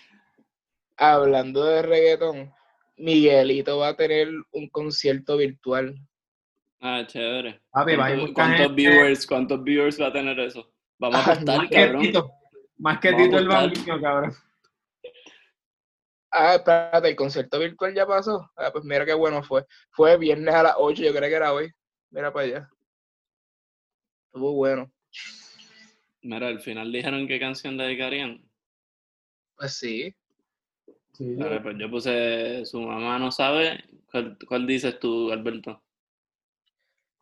[SPEAKER 1] Hablando de reggaetón, Miguelito va a tener un concierto virtual.
[SPEAKER 2] Ah, chévere.
[SPEAKER 4] Papi, va a ir
[SPEAKER 2] ¿Cuántos,
[SPEAKER 4] mucha
[SPEAKER 2] cuántos
[SPEAKER 4] gente-
[SPEAKER 2] viewers, ¿Cuántos viewers va a tener eso? Vamos a
[SPEAKER 1] Ah, no,
[SPEAKER 2] apostar,
[SPEAKER 4] Más que
[SPEAKER 2] cabrón.
[SPEAKER 4] Tito. Más que
[SPEAKER 2] Vamos a
[SPEAKER 4] Tito el
[SPEAKER 2] votar.
[SPEAKER 4] bambino, cabrón.
[SPEAKER 1] Ah, espérate, el concierto virtual ya pasó. Ah, pues mira qué bueno fue. Fue viernes a las 8, yo creo que era hoy. Mira para allá. Estuvo bueno.
[SPEAKER 2] Mira, al final dijeron qué canción dedicarían.
[SPEAKER 1] Pues sí.
[SPEAKER 4] Sí,
[SPEAKER 2] Vale, pues yo puse Su mamá no sabe. ¿Cuál, cuál dices tú, Alberto?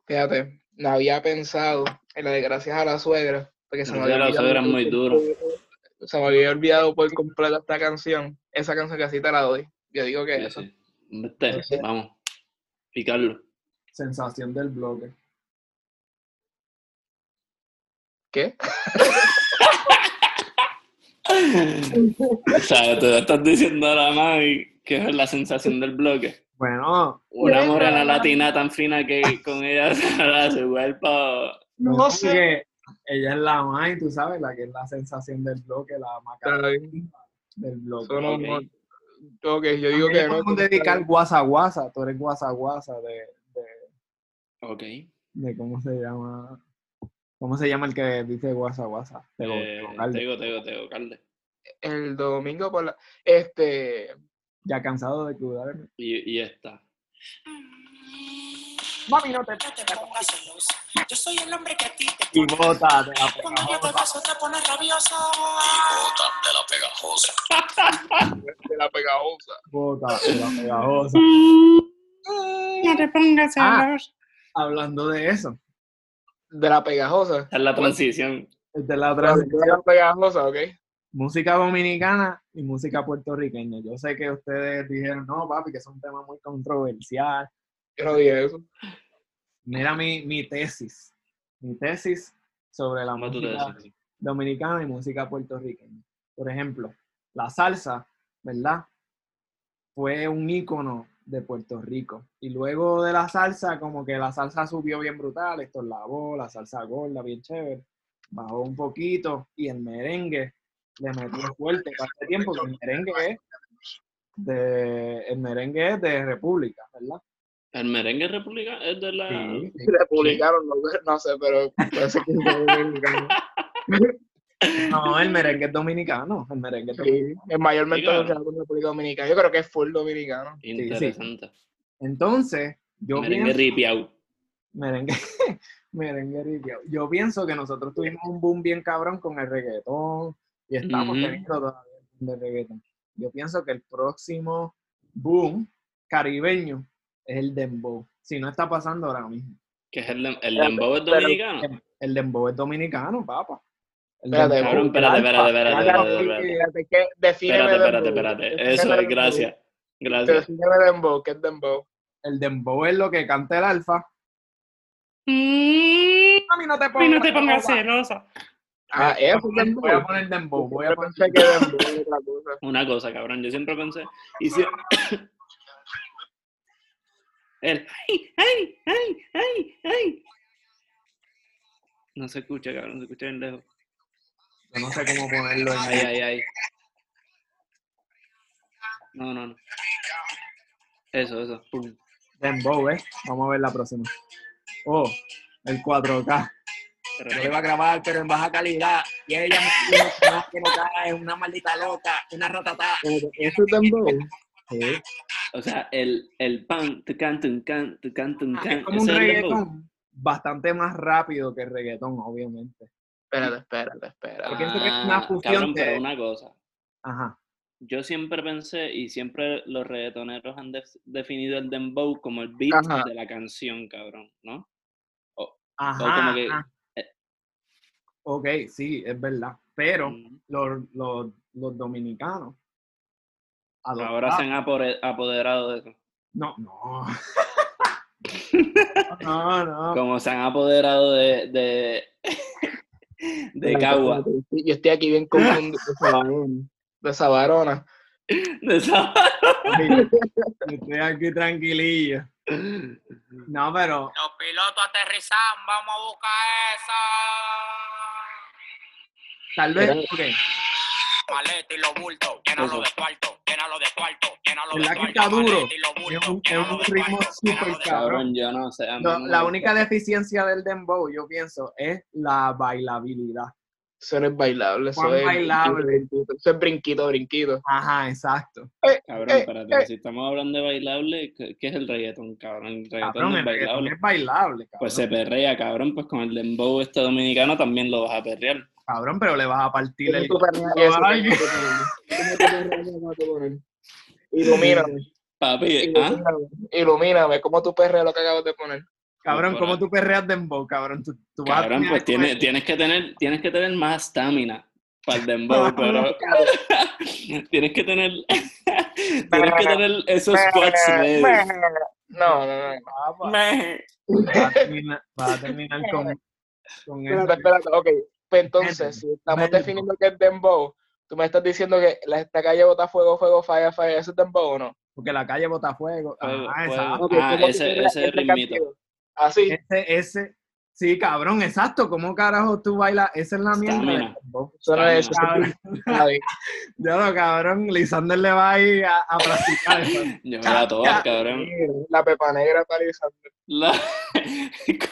[SPEAKER 1] Fíjate, no había pensado en la de gracias a la suegra, porque se me
[SPEAKER 2] Gracias
[SPEAKER 1] había
[SPEAKER 2] a la suegra es muy
[SPEAKER 1] olvidado- Se me había olvidado por completo esta canción. Esa canción casi te la doy. Yo digo que
[SPEAKER 2] Sí,
[SPEAKER 1] eso.
[SPEAKER 2] sí. Vete,
[SPEAKER 1] No sé.
[SPEAKER 2] vamos. Picarlo.
[SPEAKER 4] sensación del bloque.
[SPEAKER 1] ¿Qué?
[SPEAKER 2] o sea, tú estás diciendo a la mami que es la sensación del bloque.
[SPEAKER 4] Bueno,
[SPEAKER 2] Una morena latina tan fina que con ella se vuelve
[SPEAKER 4] no sé. Ella es la más, tú sabes, la que es la sensación del bloque, la macarra
[SPEAKER 1] Está bien.
[SPEAKER 4] del bloque.
[SPEAKER 1] Eso no-
[SPEAKER 2] Ok.
[SPEAKER 1] no- ok, yo digo que
[SPEAKER 4] También
[SPEAKER 1] no.
[SPEAKER 4] podemos dedicar guasa guasa, tú eres guasa guasa de, de,
[SPEAKER 2] Ok.
[SPEAKER 4] de cómo se llama. ¿Cómo se llama el que dice guasa guasa? Tego,
[SPEAKER 2] Eh,
[SPEAKER 4] Tego Calde.
[SPEAKER 2] Tego, Tego, Tego, Calde.
[SPEAKER 1] El domingo por la. Este.
[SPEAKER 4] Ya cansado de cuidarme.
[SPEAKER 2] Y, y esta.
[SPEAKER 4] Mami, no te...
[SPEAKER 8] No te pongas celosa. Yo soy el hombre que a ti te
[SPEAKER 4] Y bota, te la
[SPEAKER 8] Cuando yo te
[SPEAKER 4] pegajosa.
[SPEAKER 8] beso te pones rabiosa.
[SPEAKER 1] de la pegajosa.
[SPEAKER 4] Bota, te la pegajosa.
[SPEAKER 8] No te pongas
[SPEAKER 4] Ah. Hablando de eso,
[SPEAKER 1] De la pegajosa.
[SPEAKER 2] Esta es la transición.
[SPEAKER 4] de la
[SPEAKER 1] De
[SPEAKER 4] transición,
[SPEAKER 1] la pegajosa, ok.
[SPEAKER 4] música dominicana y música puertorriqueña. Yo sé que ustedes dijeron, no, papi, que es un tema muy controversial.
[SPEAKER 1] Yo no dije eso.
[SPEAKER 4] Mira mi, mi tesis. Mi tesis sobre la
[SPEAKER 2] ¿Cómo tú te
[SPEAKER 4] música
[SPEAKER 2] decís?
[SPEAKER 4] dominicana y música puertorriqueña. Por ejemplo, la salsa, ¿verdad? Fue un ícono de Puerto Rico. Y luego de la salsa, como que la salsa subió bien brutal, esto lavó, la salsa gorda, bien chévere, bajó un poquito y el merengue le metió fuerte. Para ese tiempo que el merengue es de, el merengue es de República, ¿verdad?
[SPEAKER 2] El merengue republicano es de la.
[SPEAKER 4] Sí.
[SPEAKER 1] Republicanos, no, sé- no sé, pero parece que es dominicano.
[SPEAKER 4] No, el merengue es dominicano, el merengue es dominicano.
[SPEAKER 1] Sí, es mayormente
[SPEAKER 2] Diga.
[SPEAKER 1] relacionado con República Dominicana. Yo creo que es full dominicano.
[SPEAKER 2] Interesante.
[SPEAKER 4] Entonces, yo
[SPEAKER 2] Merengue
[SPEAKER 4] pienso...
[SPEAKER 2] ripiao.
[SPEAKER 4] Merengue, merengue ripiao. Yo pienso que nosotros tuvimos un boom bien cabrón con el reggaetón y estamos
[SPEAKER 2] Ujú.
[SPEAKER 4] teniendo todavía el boom del reggaetón. Yo pienso que el próximo boom caribeño es el dembow. Si no está pasando ahora mismo.
[SPEAKER 2] Que es el, dem- el dembow es dominicano.
[SPEAKER 4] El dembow es dominicano, papá. El
[SPEAKER 1] Espérate,
[SPEAKER 4] dembow
[SPEAKER 2] Cabrón,
[SPEAKER 4] es
[SPEAKER 2] espérate, espérate,
[SPEAKER 4] alfa.
[SPEAKER 2] espérate, espérate, espérate.
[SPEAKER 1] Fíjate que defíneme
[SPEAKER 2] Espérate, espérate,
[SPEAKER 1] dembow.
[SPEAKER 2] espérate.
[SPEAKER 1] Defíneme
[SPEAKER 2] Eso es,
[SPEAKER 1] dembow.
[SPEAKER 2] gracias. Gracias.
[SPEAKER 1] Defíneme dembow, ¿qué es dembow?
[SPEAKER 4] El dembow es lo que canta el alfa. A mí no te pongas,
[SPEAKER 8] no te pongas celosa.
[SPEAKER 1] Ah,
[SPEAKER 4] Voy a
[SPEAKER 1] eso es
[SPEAKER 4] poner-
[SPEAKER 1] dembow.
[SPEAKER 4] voy a poner dembow. Voy a
[SPEAKER 1] Yo
[SPEAKER 4] poner
[SPEAKER 1] pensé que dembow era otra cosa.
[SPEAKER 2] Una cosa, cabrón. Yo siempre pensé. Y si... el. ¡Ay, ay, ay, ay, ay! No se escucha, cabrón. Se escucha bien lejos.
[SPEAKER 4] Yo no sé cómo ponerlo en
[SPEAKER 2] Ay, ay, ay. No, no, no. Eso, eso. Pum.
[SPEAKER 4] Dembow, ¿eh? Vamos a ver la próxima. Oh, el 4K. Yo le iba a grabar, pero en baja calidad. Y ella me dijo que no, que no cae, es una maldita loca, una ratatá.
[SPEAKER 1] Eso es dembow.
[SPEAKER 2] O sea, el, el pan, tu can, tu can, tu can, tu can.
[SPEAKER 4] Es como un
[SPEAKER 2] ese es el dembow.
[SPEAKER 4] reggaetón bastante más rápido que el reggaetón, obviamente.
[SPEAKER 1] Espérate, espérate, espérate.
[SPEAKER 4] Yo pienso que es una
[SPEAKER 2] Ah,
[SPEAKER 4] fusión
[SPEAKER 2] cabrón,
[SPEAKER 4] de-
[SPEAKER 2] pero una cosa.
[SPEAKER 4] Ajá.
[SPEAKER 2] Yo siempre pensé, y siempre los reggaetoneros han def- definido el dembow como el beat
[SPEAKER 1] Ajá.
[SPEAKER 2] de la canción, cabrón, ¿no?
[SPEAKER 4] Ajá.
[SPEAKER 2] como que- eh.
[SPEAKER 4] ajá. Ok, sí, es verdad. Pero
[SPEAKER 2] Mm.
[SPEAKER 4] los, los, los dominicanos. ah.
[SPEAKER 2] Ahora se han apore- apoderado de eso.
[SPEAKER 4] No, no. no, no.
[SPEAKER 2] Como se han apoderado de. de, de Cagua.
[SPEAKER 1] Yo estoy aquí bien confundido de esa varona. De esa varona.
[SPEAKER 2] De esa-
[SPEAKER 4] Mira, Estoy aquí tranquilillo. No, pero
[SPEAKER 8] Los pilotos aterrizan, vamos a buscar esa.
[SPEAKER 4] tal vez.
[SPEAKER 1] Era-
[SPEAKER 4] ok,
[SPEAKER 8] Maleta y los bultos, llénalo de cuarto, llénalo de cuarto, llénalo de
[SPEAKER 4] ¿Verdad
[SPEAKER 8] cuarto.
[SPEAKER 4] que está duro?
[SPEAKER 8] maleta y los bultos,
[SPEAKER 4] Es un- es
[SPEAKER 8] llénalo
[SPEAKER 4] un
[SPEAKER 8] de
[SPEAKER 4] ritmo
[SPEAKER 8] cuarto,
[SPEAKER 4] súper
[SPEAKER 8] llénalo de-
[SPEAKER 2] Cabrón, yo no sé. a mí
[SPEAKER 4] no,
[SPEAKER 2] no me
[SPEAKER 4] la
[SPEAKER 2] gusta.
[SPEAKER 4] única deficiencia del dembow, yo pienso, es la bailabilidad.
[SPEAKER 1] Eso no es bailable. Eso
[SPEAKER 4] Juan
[SPEAKER 1] es
[SPEAKER 4] bailable.
[SPEAKER 1] brinquito, Eso es brinquito, brinquito.
[SPEAKER 4] Ajá, exacto.
[SPEAKER 2] Cabrón,
[SPEAKER 1] Eh,
[SPEAKER 2] espérate,
[SPEAKER 1] eh.
[SPEAKER 2] si estamos hablando de bailable, ¿qué qué es el reggaetón, cabrón? El reggaetón
[SPEAKER 4] Cabrón,
[SPEAKER 2] no es
[SPEAKER 4] el reggaetón
[SPEAKER 2] bailable.
[SPEAKER 4] es bailable, cabrón.
[SPEAKER 2] Pues se perrea, cabrón, pues con el dembow este dominicano también lo vas a perrear.
[SPEAKER 4] Cabrón, pero le vas a partir el...
[SPEAKER 1] Tú perreas eso,
[SPEAKER 4] Ay.
[SPEAKER 1] ¿cómo te pones? ¿Cómo te perreas eso, cómo te pones? Ilumíname,
[SPEAKER 2] Papi, ¿ah?
[SPEAKER 1] ilumíname, ilumíname, ¿cómo tú perreas lo que acabas de poner?
[SPEAKER 4] Cabrón, ¿cómo
[SPEAKER 2] Cabrón.
[SPEAKER 4] tú perreas dembow, cabrón? Tú, tú vas a
[SPEAKER 2] Cabrón,
[SPEAKER 4] terminar
[SPEAKER 2] pues
[SPEAKER 4] con
[SPEAKER 2] tiene-
[SPEAKER 4] el-
[SPEAKER 2] tienes que tener, tienes que tener más stamina para el dembow, pero tienes que tener, tienes que tener esos squats ready.
[SPEAKER 1] No, no, no.
[SPEAKER 4] Papá, Vas a terminar, vas a terminar con... con el-
[SPEAKER 1] Espérate, espérate, ok. Pues entonces, si estamos
[SPEAKER 4] Dembow.
[SPEAKER 1] definiendo que es dembow, tú me estás diciendo que la, esta calle bota fuego, fuego, falla, falla, ¿eso es dembow o no?
[SPEAKER 4] Porque la calle bota fuego.
[SPEAKER 2] Fuego,
[SPEAKER 4] Ajá,
[SPEAKER 2] fuego.
[SPEAKER 4] exacto.
[SPEAKER 1] Ok,
[SPEAKER 2] Ah,
[SPEAKER 1] ¿cómo
[SPEAKER 2] ese-
[SPEAKER 1] tú perreas
[SPEAKER 2] ese
[SPEAKER 1] esa
[SPEAKER 2] ritmito.
[SPEAKER 1] canción? Así,
[SPEAKER 4] Ese, ese... Sí, cabrón, exacto. ¿Cómo carajo tú bailas? Esa es la mierda del
[SPEAKER 2] Stamina.
[SPEAKER 4] dembow.
[SPEAKER 1] eso no es eso.
[SPEAKER 4] Cabrón.
[SPEAKER 1] Nadie.
[SPEAKER 4] Ya lo cabrón, Lisander le va a ir a, a practicar.
[SPEAKER 2] Yo me la todas, cabrón.
[SPEAKER 1] La pepa negra para Lisandro.
[SPEAKER 2] La-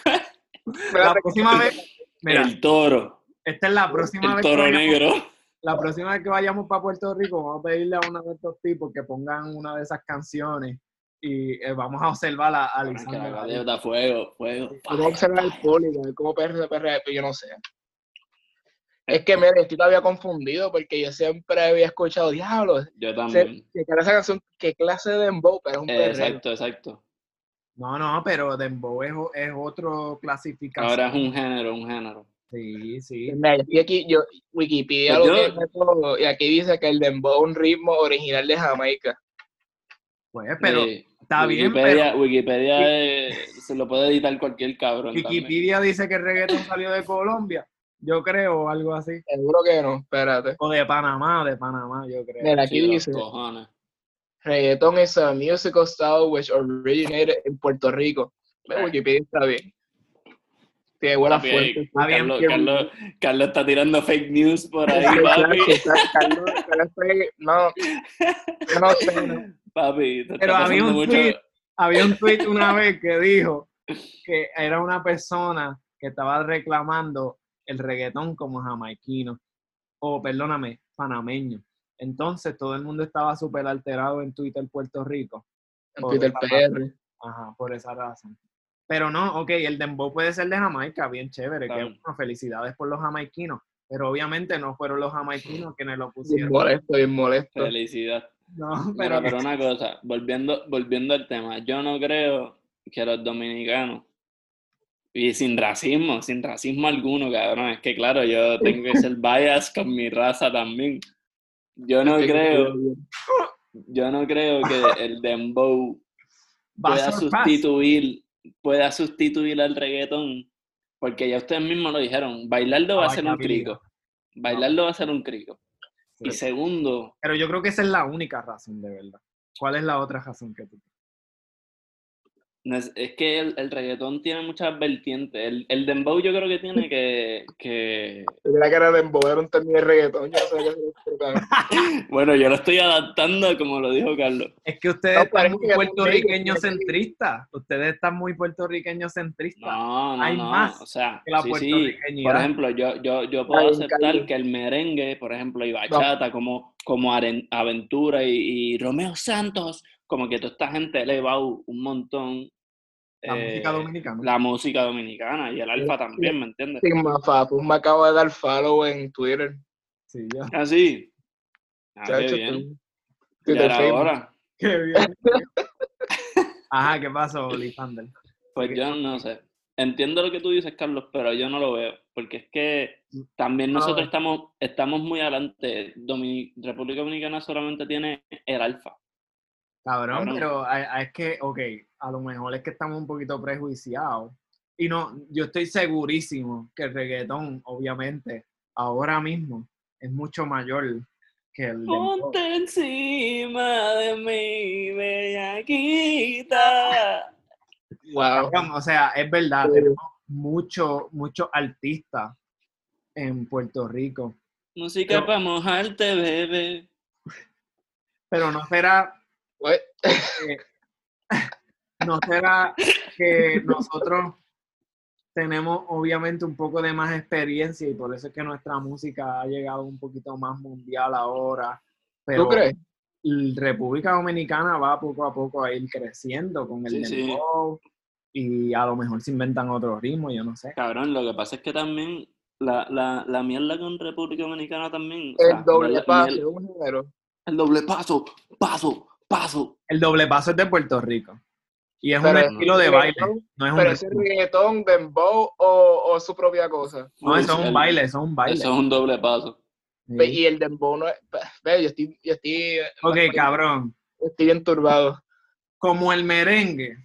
[SPEAKER 4] la
[SPEAKER 1] Espérate,
[SPEAKER 4] próxima vez, mira,
[SPEAKER 2] el toro,
[SPEAKER 4] esta es la próxima
[SPEAKER 2] el
[SPEAKER 4] vez. que
[SPEAKER 2] toro
[SPEAKER 4] vayamos-
[SPEAKER 2] negro.
[SPEAKER 4] La próxima vez que vayamos para Puerto Rico, vamos a pedirle a uno de estos tipos que pongan una de esas canciones y eh, vamos a observar a, a
[SPEAKER 2] Que la
[SPEAKER 4] Lisandro.
[SPEAKER 2] radio da fuego, fuego.
[SPEAKER 1] Uno observa el público, ver cómo PR se perrea, pero yo no sé. Es que, mire, estoy todavía confundido porque yo siempre había escuchado, diablo,
[SPEAKER 2] Yo
[SPEAKER 1] se,
[SPEAKER 2] también.
[SPEAKER 1] se cara esa canción, qué clase de dembow, pero es un
[SPEAKER 2] Eh,
[SPEAKER 1] perreo.
[SPEAKER 2] exacto, exacto.
[SPEAKER 4] No, no, pero Dembow es, o- es otro clasificación.
[SPEAKER 2] Ahora es un género, un género.
[SPEAKER 4] Sí, sí.
[SPEAKER 1] Mira, yo estoy aquí, yo, Wikipedia
[SPEAKER 2] Pues
[SPEAKER 1] lo
[SPEAKER 2] yo-
[SPEAKER 1] tiene todo, y aquí dice que el dembow es un ritmo original de Jamaica.
[SPEAKER 4] Pues, pero
[SPEAKER 2] Sí.
[SPEAKER 4] está bien,
[SPEAKER 2] Wikipedia,
[SPEAKER 4] pero
[SPEAKER 2] Wikipedia eh, se lo puede editar cualquier cabrón. también.
[SPEAKER 4] Wikipedia dice que el reggaetón salió de Colombia, yo creo, o algo así.
[SPEAKER 1] Seguro que no, espérate.
[SPEAKER 4] O de Panamá, de Panamá, yo creo.
[SPEAKER 1] Mira,
[SPEAKER 2] Sí,
[SPEAKER 1] aquí
[SPEAKER 2] los
[SPEAKER 1] dice,
[SPEAKER 2] cojones.
[SPEAKER 1] reggaeton is a musical style which originated in Puerto Rico. Mira, Wikipedia está bien. Tiene buenas
[SPEAKER 2] Papi, eh, ahí,
[SPEAKER 1] fuentes.
[SPEAKER 4] Está bien,
[SPEAKER 2] Carlos,
[SPEAKER 1] que-
[SPEAKER 2] Carlos, Carlos está tirando fake news por ahí,
[SPEAKER 1] Claro,
[SPEAKER 2] papi.
[SPEAKER 1] está- Carlos, pero este- no, yo no sé, no.
[SPEAKER 2] Papi, te está
[SPEAKER 4] Pero había
[SPEAKER 2] pasando
[SPEAKER 4] un
[SPEAKER 2] mucho.
[SPEAKER 4] tweet. Había un tweet una vez que dijo que era una persona que estaba reclamando el reggaetón como jamaiquino, o perdóname, panameño. Entonces todo el mundo estaba súper alterado en Twitter Puerto Rico.
[SPEAKER 1] en Twitter PR.
[SPEAKER 4] Ajá, por esa razón. Pero no, ok, el dembow puede ser de Jamaica, bien chévere, que
[SPEAKER 2] Está bien.
[SPEAKER 4] bueno, felicidades por los jamaiquinos, pero obviamente no fueron los jamaiquinos quienes lo
[SPEAKER 1] Bien
[SPEAKER 4] pusieron.
[SPEAKER 1] molesto, bien molesto.
[SPEAKER 2] Felicidad.
[SPEAKER 4] No,
[SPEAKER 2] Mira,
[SPEAKER 4] pero
[SPEAKER 2] pero una cosa, volviendo, volviendo al tema, yo no creo que los dominicanos, y sin racismo, sin racismo alguno, cabrón, es que claro, yo tengo que ser bias con mi raza también. Yo no creo, yo no creo que el dembow
[SPEAKER 4] va
[SPEAKER 2] pueda
[SPEAKER 4] a ser paz.
[SPEAKER 2] sustituir, pueda sustituir al reggaetón, porque ya ustedes mismos lo dijeron, bailarlo
[SPEAKER 4] Ah,
[SPEAKER 2] va a ser un crico, bailarlo va a ser un crico. Y segundo,
[SPEAKER 4] Pero yo creo que esa es la única razón, de verdad. ¿Cuál es la otra razón que tú?
[SPEAKER 2] No Es, es que el, el reggaetón tiene muchas vertientes. El, el dembow yo creo que tiene que... que-
[SPEAKER 1] Tiene la cara de embober un término de reggaetón. Yo no sé qué hacer esto, cabrón.
[SPEAKER 2] Bueno, yo lo estoy adaptando a como lo dijo Carlos.
[SPEAKER 4] Es que ustedes
[SPEAKER 1] No,
[SPEAKER 4] están
[SPEAKER 1] parece
[SPEAKER 4] muy
[SPEAKER 1] que tú
[SPEAKER 4] puertorriqueños
[SPEAKER 1] dices que-
[SPEAKER 4] centristas. Ustedes están muy puertorriqueños centristas.
[SPEAKER 2] No, no,
[SPEAKER 4] Hay
[SPEAKER 2] no.
[SPEAKER 4] más
[SPEAKER 2] o sea,
[SPEAKER 4] que la
[SPEAKER 2] sí, sí.
[SPEAKER 4] puertorriqueñidad.
[SPEAKER 2] Por ejemplo, yo, yo, yo puedo
[SPEAKER 1] Ay,
[SPEAKER 2] aceptar
[SPEAKER 1] Carlos.
[SPEAKER 2] que el merengue, por ejemplo, y bachata, como, como Aren- Aventura y, y Romeo Santos, como que toda esta gente le va un un montón
[SPEAKER 4] la
[SPEAKER 2] eh,
[SPEAKER 4] música dominicana.
[SPEAKER 2] la música dominicana y el alfa también, ¿me entiendes?
[SPEAKER 1] Sí, Mafa, pues me acabo de dar follow en Twitter.
[SPEAKER 4] Sí, yo.
[SPEAKER 2] Así. Ah, qué
[SPEAKER 1] Chacho,
[SPEAKER 2] bien.
[SPEAKER 1] tú- tú
[SPEAKER 2] Ya
[SPEAKER 1] te
[SPEAKER 2] era
[SPEAKER 1] Facebook.
[SPEAKER 2] hora.
[SPEAKER 4] Qué bien. Ajá, ¿qué pasó, Lisander?
[SPEAKER 2] Pues yo no sé. Entiendo lo que tú dices, Carlos, pero yo no lo veo. Porque es que también
[SPEAKER 4] No eh. lo
[SPEAKER 2] nosotros
[SPEAKER 4] veo.
[SPEAKER 2] estamos, estamos muy adelante. Domini- República Dominicana solamente tiene el alfa.
[SPEAKER 4] Cabrón,
[SPEAKER 2] Cabrón.
[SPEAKER 4] pero a- a- es que, ok, a lo mejor es que estamos un poquito prejuiciados. Y no, yo estoy segurísimo que el reggaetón, obviamente, ahora mismo es mucho mayor que el dembow.
[SPEAKER 2] Ponte encima de mí, bellaquita. Ah,
[SPEAKER 1] Wow.
[SPEAKER 4] Cabrón, O sea, es verdad,
[SPEAKER 1] Sí.
[SPEAKER 4] tenemos muchos muchos artistas en Puerto Rico,
[SPEAKER 2] Música
[SPEAKER 4] Yo-
[SPEAKER 2] para mojarte, bebé.
[SPEAKER 4] pero no será
[SPEAKER 1] Oye,
[SPEAKER 4] ¿No será que nosotros tenemos obviamente un poco de más experiencia y por eso es que nuestra música ha llegado un poquito más mundial ahora? Pero
[SPEAKER 1] ¿Tú crees?
[SPEAKER 4] l- República Dominicana va poco a poco a ir creciendo con el
[SPEAKER 2] Sí, sí.
[SPEAKER 4] dembow y a lo mejor se inventan otro ritmo, yo no sé.
[SPEAKER 2] Cabrón, lo que pasa es que también la, la, la mierda con República Dominicana también. o sea,
[SPEAKER 1] El doble
[SPEAKER 2] mierda-
[SPEAKER 1] paso es
[SPEAKER 2] mier-
[SPEAKER 1] un género.
[SPEAKER 2] el doble paso, paso, paso.
[SPEAKER 4] El doble paso es de Puerto Rico y es
[SPEAKER 1] Pero-
[SPEAKER 4] un estilo de baile,
[SPEAKER 1] reggaetón,
[SPEAKER 4] no es un
[SPEAKER 1] Pero ese
[SPEAKER 4] ritmo.
[SPEAKER 1] reggaetón, dembow o, o su propia cosa.
[SPEAKER 4] No, eso es
[SPEAKER 2] Full,
[SPEAKER 4] un
[SPEAKER 2] el-
[SPEAKER 4] baile, eso es un baile.
[SPEAKER 2] Eso es un doble paso.
[SPEAKER 1] Ve,
[SPEAKER 4] Sí.
[SPEAKER 1] Y el dembow no es. Ve, yo estoy, yo estoy,
[SPEAKER 4] Ok,
[SPEAKER 2] pues,
[SPEAKER 4] cabrón.
[SPEAKER 1] estoy bien turbado.
[SPEAKER 4] Como el merengue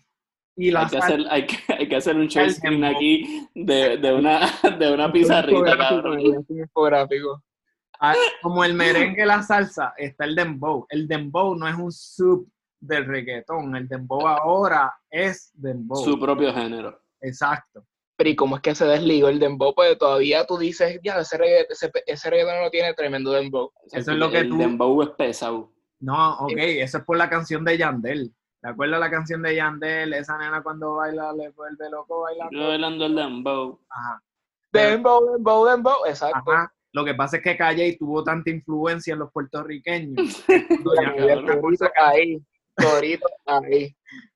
[SPEAKER 4] y la
[SPEAKER 2] Hay que,
[SPEAKER 4] salsa.
[SPEAKER 2] hacer, hay, que, hay que hacer un short
[SPEAKER 4] El
[SPEAKER 2] screen
[SPEAKER 4] dembow.
[SPEAKER 2] aquí de, de una, de una pizarrita, cabrón.
[SPEAKER 1] Estoy infográfico.
[SPEAKER 4] Ah, como el merengue, la salsa, está el dembow. El dembow no es un sub del reggaetón. El dembow ahora es dembow.
[SPEAKER 2] Su propio género.
[SPEAKER 4] Exacto.
[SPEAKER 1] Pero ¿y cómo es que se desligó el dembow? Pues todavía tú dices, ya, ese reggaetón, ese, ese reggaetón no tiene tremendo dembow.
[SPEAKER 4] Eso es lo que
[SPEAKER 2] el
[SPEAKER 4] tú-
[SPEAKER 2] dembow es pesado.
[SPEAKER 4] No, ok, eso es por la canción de Yandel. ¿Te acuerdas la canción de Yandel? Esa nena cuando baila le vuelve loco
[SPEAKER 2] Yo
[SPEAKER 4] bailando.
[SPEAKER 2] bailando el dembow.
[SPEAKER 4] Ajá.
[SPEAKER 1] Dembow, dembow, dembow. Exacto.
[SPEAKER 4] Ajá. Lo que pasa es que Calle tuvo tanta influencia en los puertorriqueños.
[SPEAKER 1] Torito ahí. Torito ahí.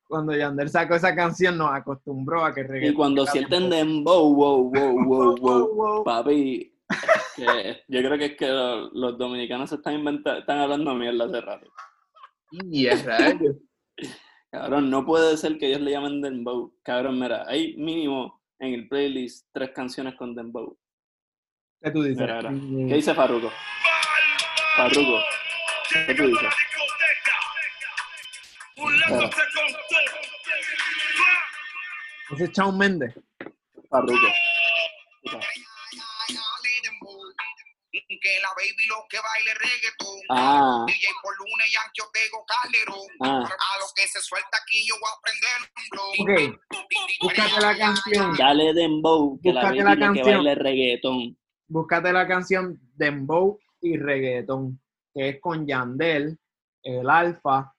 [SPEAKER 4] cuando Yandel sacó esa canción, nos acostumbró a que el
[SPEAKER 2] Y
[SPEAKER 4] reggaetón
[SPEAKER 2] cuando
[SPEAKER 4] era
[SPEAKER 2] sienten
[SPEAKER 4] dembow.
[SPEAKER 2] dembow, wow, wow, wow, wow,
[SPEAKER 4] Wow, wow.
[SPEAKER 2] papi, es que- yo creo que es que lo- los dominicanos se están inventando, están hablando mierda hace rato.
[SPEAKER 1] Y es raro.
[SPEAKER 2] Cabrón, no puede ser que ellos le llamen dembow. Cabrón, mira, hay mínimo en el playlist tres canciones con dembow.
[SPEAKER 4] ¿Qué tú dices?
[SPEAKER 2] Mira, mira. ¿Qué dice Farruko? Farruko, ¿qué tú dices?
[SPEAKER 4] Ah.
[SPEAKER 2] Mira,
[SPEAKER 4] Ese es Shawn Mendes.
[SPEAKER 2] Farruko.
[SPEAKER 8] Que la baby lo que baile reggaetón.
[SPEAKER 2] Ah,
[SPEAKER 8] DJ por lunes, Yankee Otego Calderón.
[SPEAKER 2] Ah.
[SPEAKER 8] A lo que se suelta aquí yo voy a aprender un blon.
[SPEAKER 4] Ok, búscate la canción.
[SPEAKER 2] dale dembow, que la
[SPEAKER 4] Búscate
[SPEAKER 2] baby
[SPEAKER 4] la
[SPEAKER 2] lo que
[SPEAKER 4] canción.
[SPEAKER 2] baile reggaetón.
[SPEAKER 4] Búscate la canción Dembow y Reggaetón, que es con Yandel, el Alfa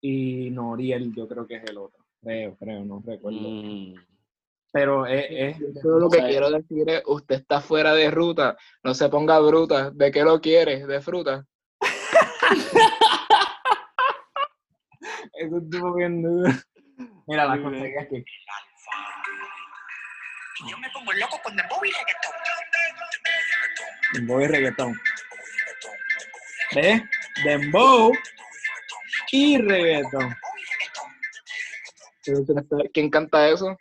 [SPEAKER 4] y Noriel, yo creo que es el otro. Creo, creo, no recuerdo.
[SPEAKER 2] Mm.
[SPEAKER 4] Pero es, es-
[SPEAKER 1] Yo lo que
[SPEAKER 2] Sí.
[SPEAKER 1] quiero decir es, usted está fuera de ruta, no se ponga bruta. ¿De qué lo quieres? ¿De fruta?
[SPEAKER 4] es un tipo bien duro. Mira, la
[SPEAKER 2] Muy bien.
[SPEAKER 4] conseguí aquí.
[SPEAKER 8] Yo me pongo loco con dembow y reggaetón.
[SPEAKER 4] Dembow y Reggaetón. ¿Ves? Dembow y Reggaetón.
[SPEAKER 1] ¿Quién canta eso?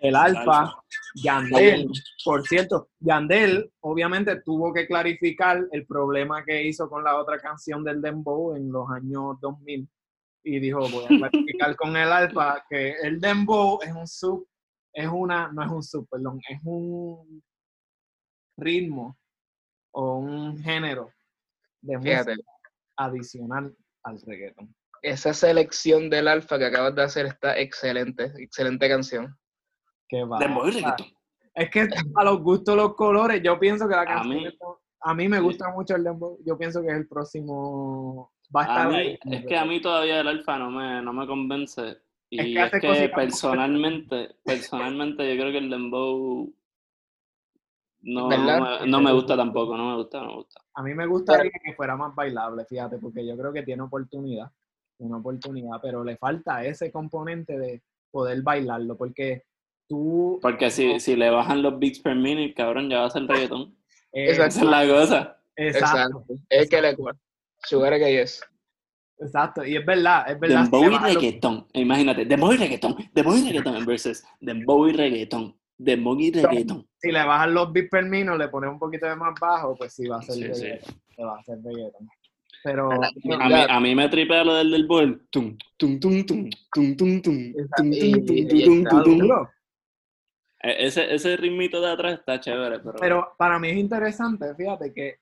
[SPEAKER 4] El Alfa, Yandel. Por cierto, Yandel obviamente tuvo que clarificar el problema que hizo con la otra canción del Dembow en los años 2000. Y dijo, voy a clarificar con el Alfa que el Dembow es un sub, es una, no es un sub, perdón, es un ritmo o un género de música
[SPEAKER 1] Fíjate,
[SPEAKER 4] adicional al reggaeton.
[SPEAKER 1] esa selección del alfa que acabas de hacer está excelente, excelente canción.
[SPEAKER 4] Qué va.
[SPEAKER 2] Dembow y reggaetón.
[SPEAKER 4] Es que a los gustos los colores, yo pienso que la canción...
[SPEAKER 2] mí-
[SPEAKER 4] de- a mí me gusta mucho el dembow. Yo pienso que es el próximo... Va a
[SPEAKER 2] A
[SPEAKER 4] estar
[SPEAKER 2] mí-
[SPEAKER 4] ahí.
[SPEAKER 2] es que a mí todavía el alfa no me, no me convence. Y
[SPEAKER 4] que
[SPEAKER 2] es
[SPEAKER 4] hace
[SPEAKER 2] que,
[SPEAKER 4] cositas muy
[SPEAKER 2] personalmente, personalmente yo creo que el dembow no,
[SPEAKER 1] ¿Verdad?
[SPEAKER 2] no, me, no me gusta tampoco, no me gusta, no me gusta.
[SPEAKER 4] A mí me gustaría que fuera más bailable, fíjate, porque yo creo que tiene oportunidad, una oportunidad, pero le falta ese componente de poder bailarlo, porque tú...
[SPEAKER 2] Porque si, si le bajan los beats per minute, cabrón, ya va a ser reggaetón.
[SPEAKER 4] eh,
[SPEAKER 1] Exacto.
[SPEAKER 2] Esa es la cosa.
[SPEAKER 4] exacto,
[SPEAKER 1] Es que le cual. Sugar que es.
[SPEAKER 4] exacto. Y es verdad, es verdad. si
[SPEAKER 2] Dembow
[SPEAKER 4] le
[SPEAKER 2] y
[SPEAKER 4] bajan los-
[SPEAKER 2] reggaetón. Imagínate, dembow y reggaetón, dembow y reggaetón versus dembow y reggaetón, dembow y reggaetón.
[SPEAKER 4] si le bajan los beats per minute, le pones un poquito de más bajo, pues sí va a ser
[SPEAKER 2] Sí, sí.
[SPEAKER 4] reggaeton, le va a ser reggaeton. Pero
[SPEAKER 2] A mí, a mí me tripea lo del del bol. Tum, tum, tum, tum, tum, tum, tum, tum,
[SPEAKER 1] y-
[SPEAKER 2] tum,
[SPEAKER 1] y-
[SPEAKER 2] tum,
[SPEAKER 1] y
[SPEAKER 2] tum,
[SPEAKER 1] está
[SPEAKER 2] tum, tum.
[SPEAKER 4] duro.
[SPEAKER 2] E- Ese, ese ritmito de atrás está chévere, pero,
[SPEAKER 4] Pero para mí es interesante, fíjate que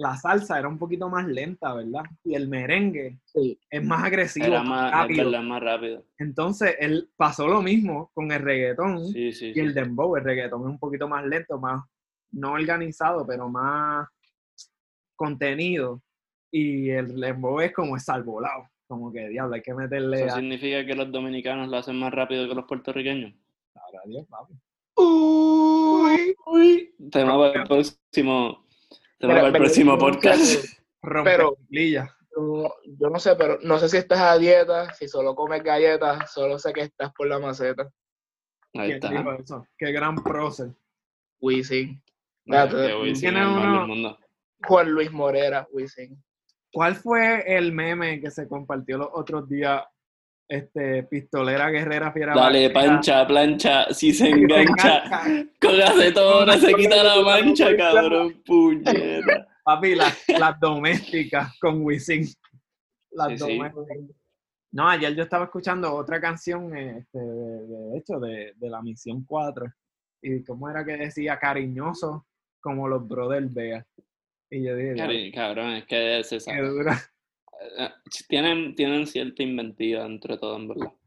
[SPEAKER 4] la salsa era un poquito más lenta, ¿verdad? Y el merengue
[SPEAKER 1] Sí.
[SPEAKER 4] es más agresivo,
[SPEAKER 2] era
[SPEAKER 4] más
[SPEAKER 2] más, es
[SPEAKER 4] rápido.
[SPEAKER 2] verdad, más rápido.
[SPEAKER 4] Entonces, él pasó lo mismo con el reggaetón
[SPEAKER 2] Sí, sí,
[SPEAKER 4] y
[SPEAKER 2] sí.
[SPEAKER 4] el dembow. El reggaetón es un poquito más lento, más no organizado, pero más contenido. Y el dembow es como salvolado, como que diablo, hay que meterle
[SPEAKER 2] Eso
[SPEAKER 4] a...
[SPEAKER 2] significa que los dominicanos lo hacen más rápido que los puertorriqueños.
[SPEAKER 4] Sabrá Dios, papi.
[SPEAKER 1] Uy.
[SPEAKER 2] Tema para el próximo,
[SPEAKER 1] Mira,
[SPEAKER 2] tema para el
[SPEAKER 1] pero-
[SPEAKER 2] próximo podcast.
[SPEAKER 4] Rompe
[SPEAKER 1] Pero-
[SPEAKER 4] tablillas.
[SPEAKER 1] No, yo no sé, pero no sé si estás a dieta, si solo comes galletas, solo sé que estás por la maceta.
[SPEAKER 2] Ahí
[SPEAKER 4] ¿Quién
[SPEAKER 2] está.
[SPEAKER 4] dijo eso? Qué gran prócer.
[SPEAKER 1] Wisin.
[SPEAKER 2] Mira,
[SPEAKER 1] Espérate.
[SPEAKER 2] que voy sin
[SPEAKER 4] Tiene
[SPEAKER 2] armar
[SPEAKER 4] uno-
[SPEAKER 2] el mundo.
[SPEAKER 1] Juan Luis Morera, Wisin.
[SPEAKER 4] ¿Cuál fue el meme que se compartió los otros días? Este, pistolera, guerrera, fiera.
[SPEAKER 2] Dale,
[SPEAKER 4] vaquera,
[SPEAKER 2] pancha, plancha, si se
[SPEAKER 4] que se
[SPEAKER 2] engancha,
[SPEAKER 4] engancha.
[SPEAKER 2] con acetona se quita la mancha, cabrón, puñeta.
[SPEAKER 4] Papi, las, las domésticas con Wisin. Las
[SPEAKER 2] Sí, sí.
[SPEAKER 4] domésticas. No, ayer yo estaba escuchando otra canción, eh, este, de, de hecho, de, de la Misión 4. ¿Y cómo era que decía? Cariñoso, como los brothers Vega. Y yo dije,
[SPEAKER 2] Cari- Cabrón, es que es
[SPEAKER 4] "Qué
[SPEAKER 2] esa. Eh,
[SPEAKER 4] dura".
[SPEAKER 2] Tienen, tienen cierta inventiva entre todos, en verdad.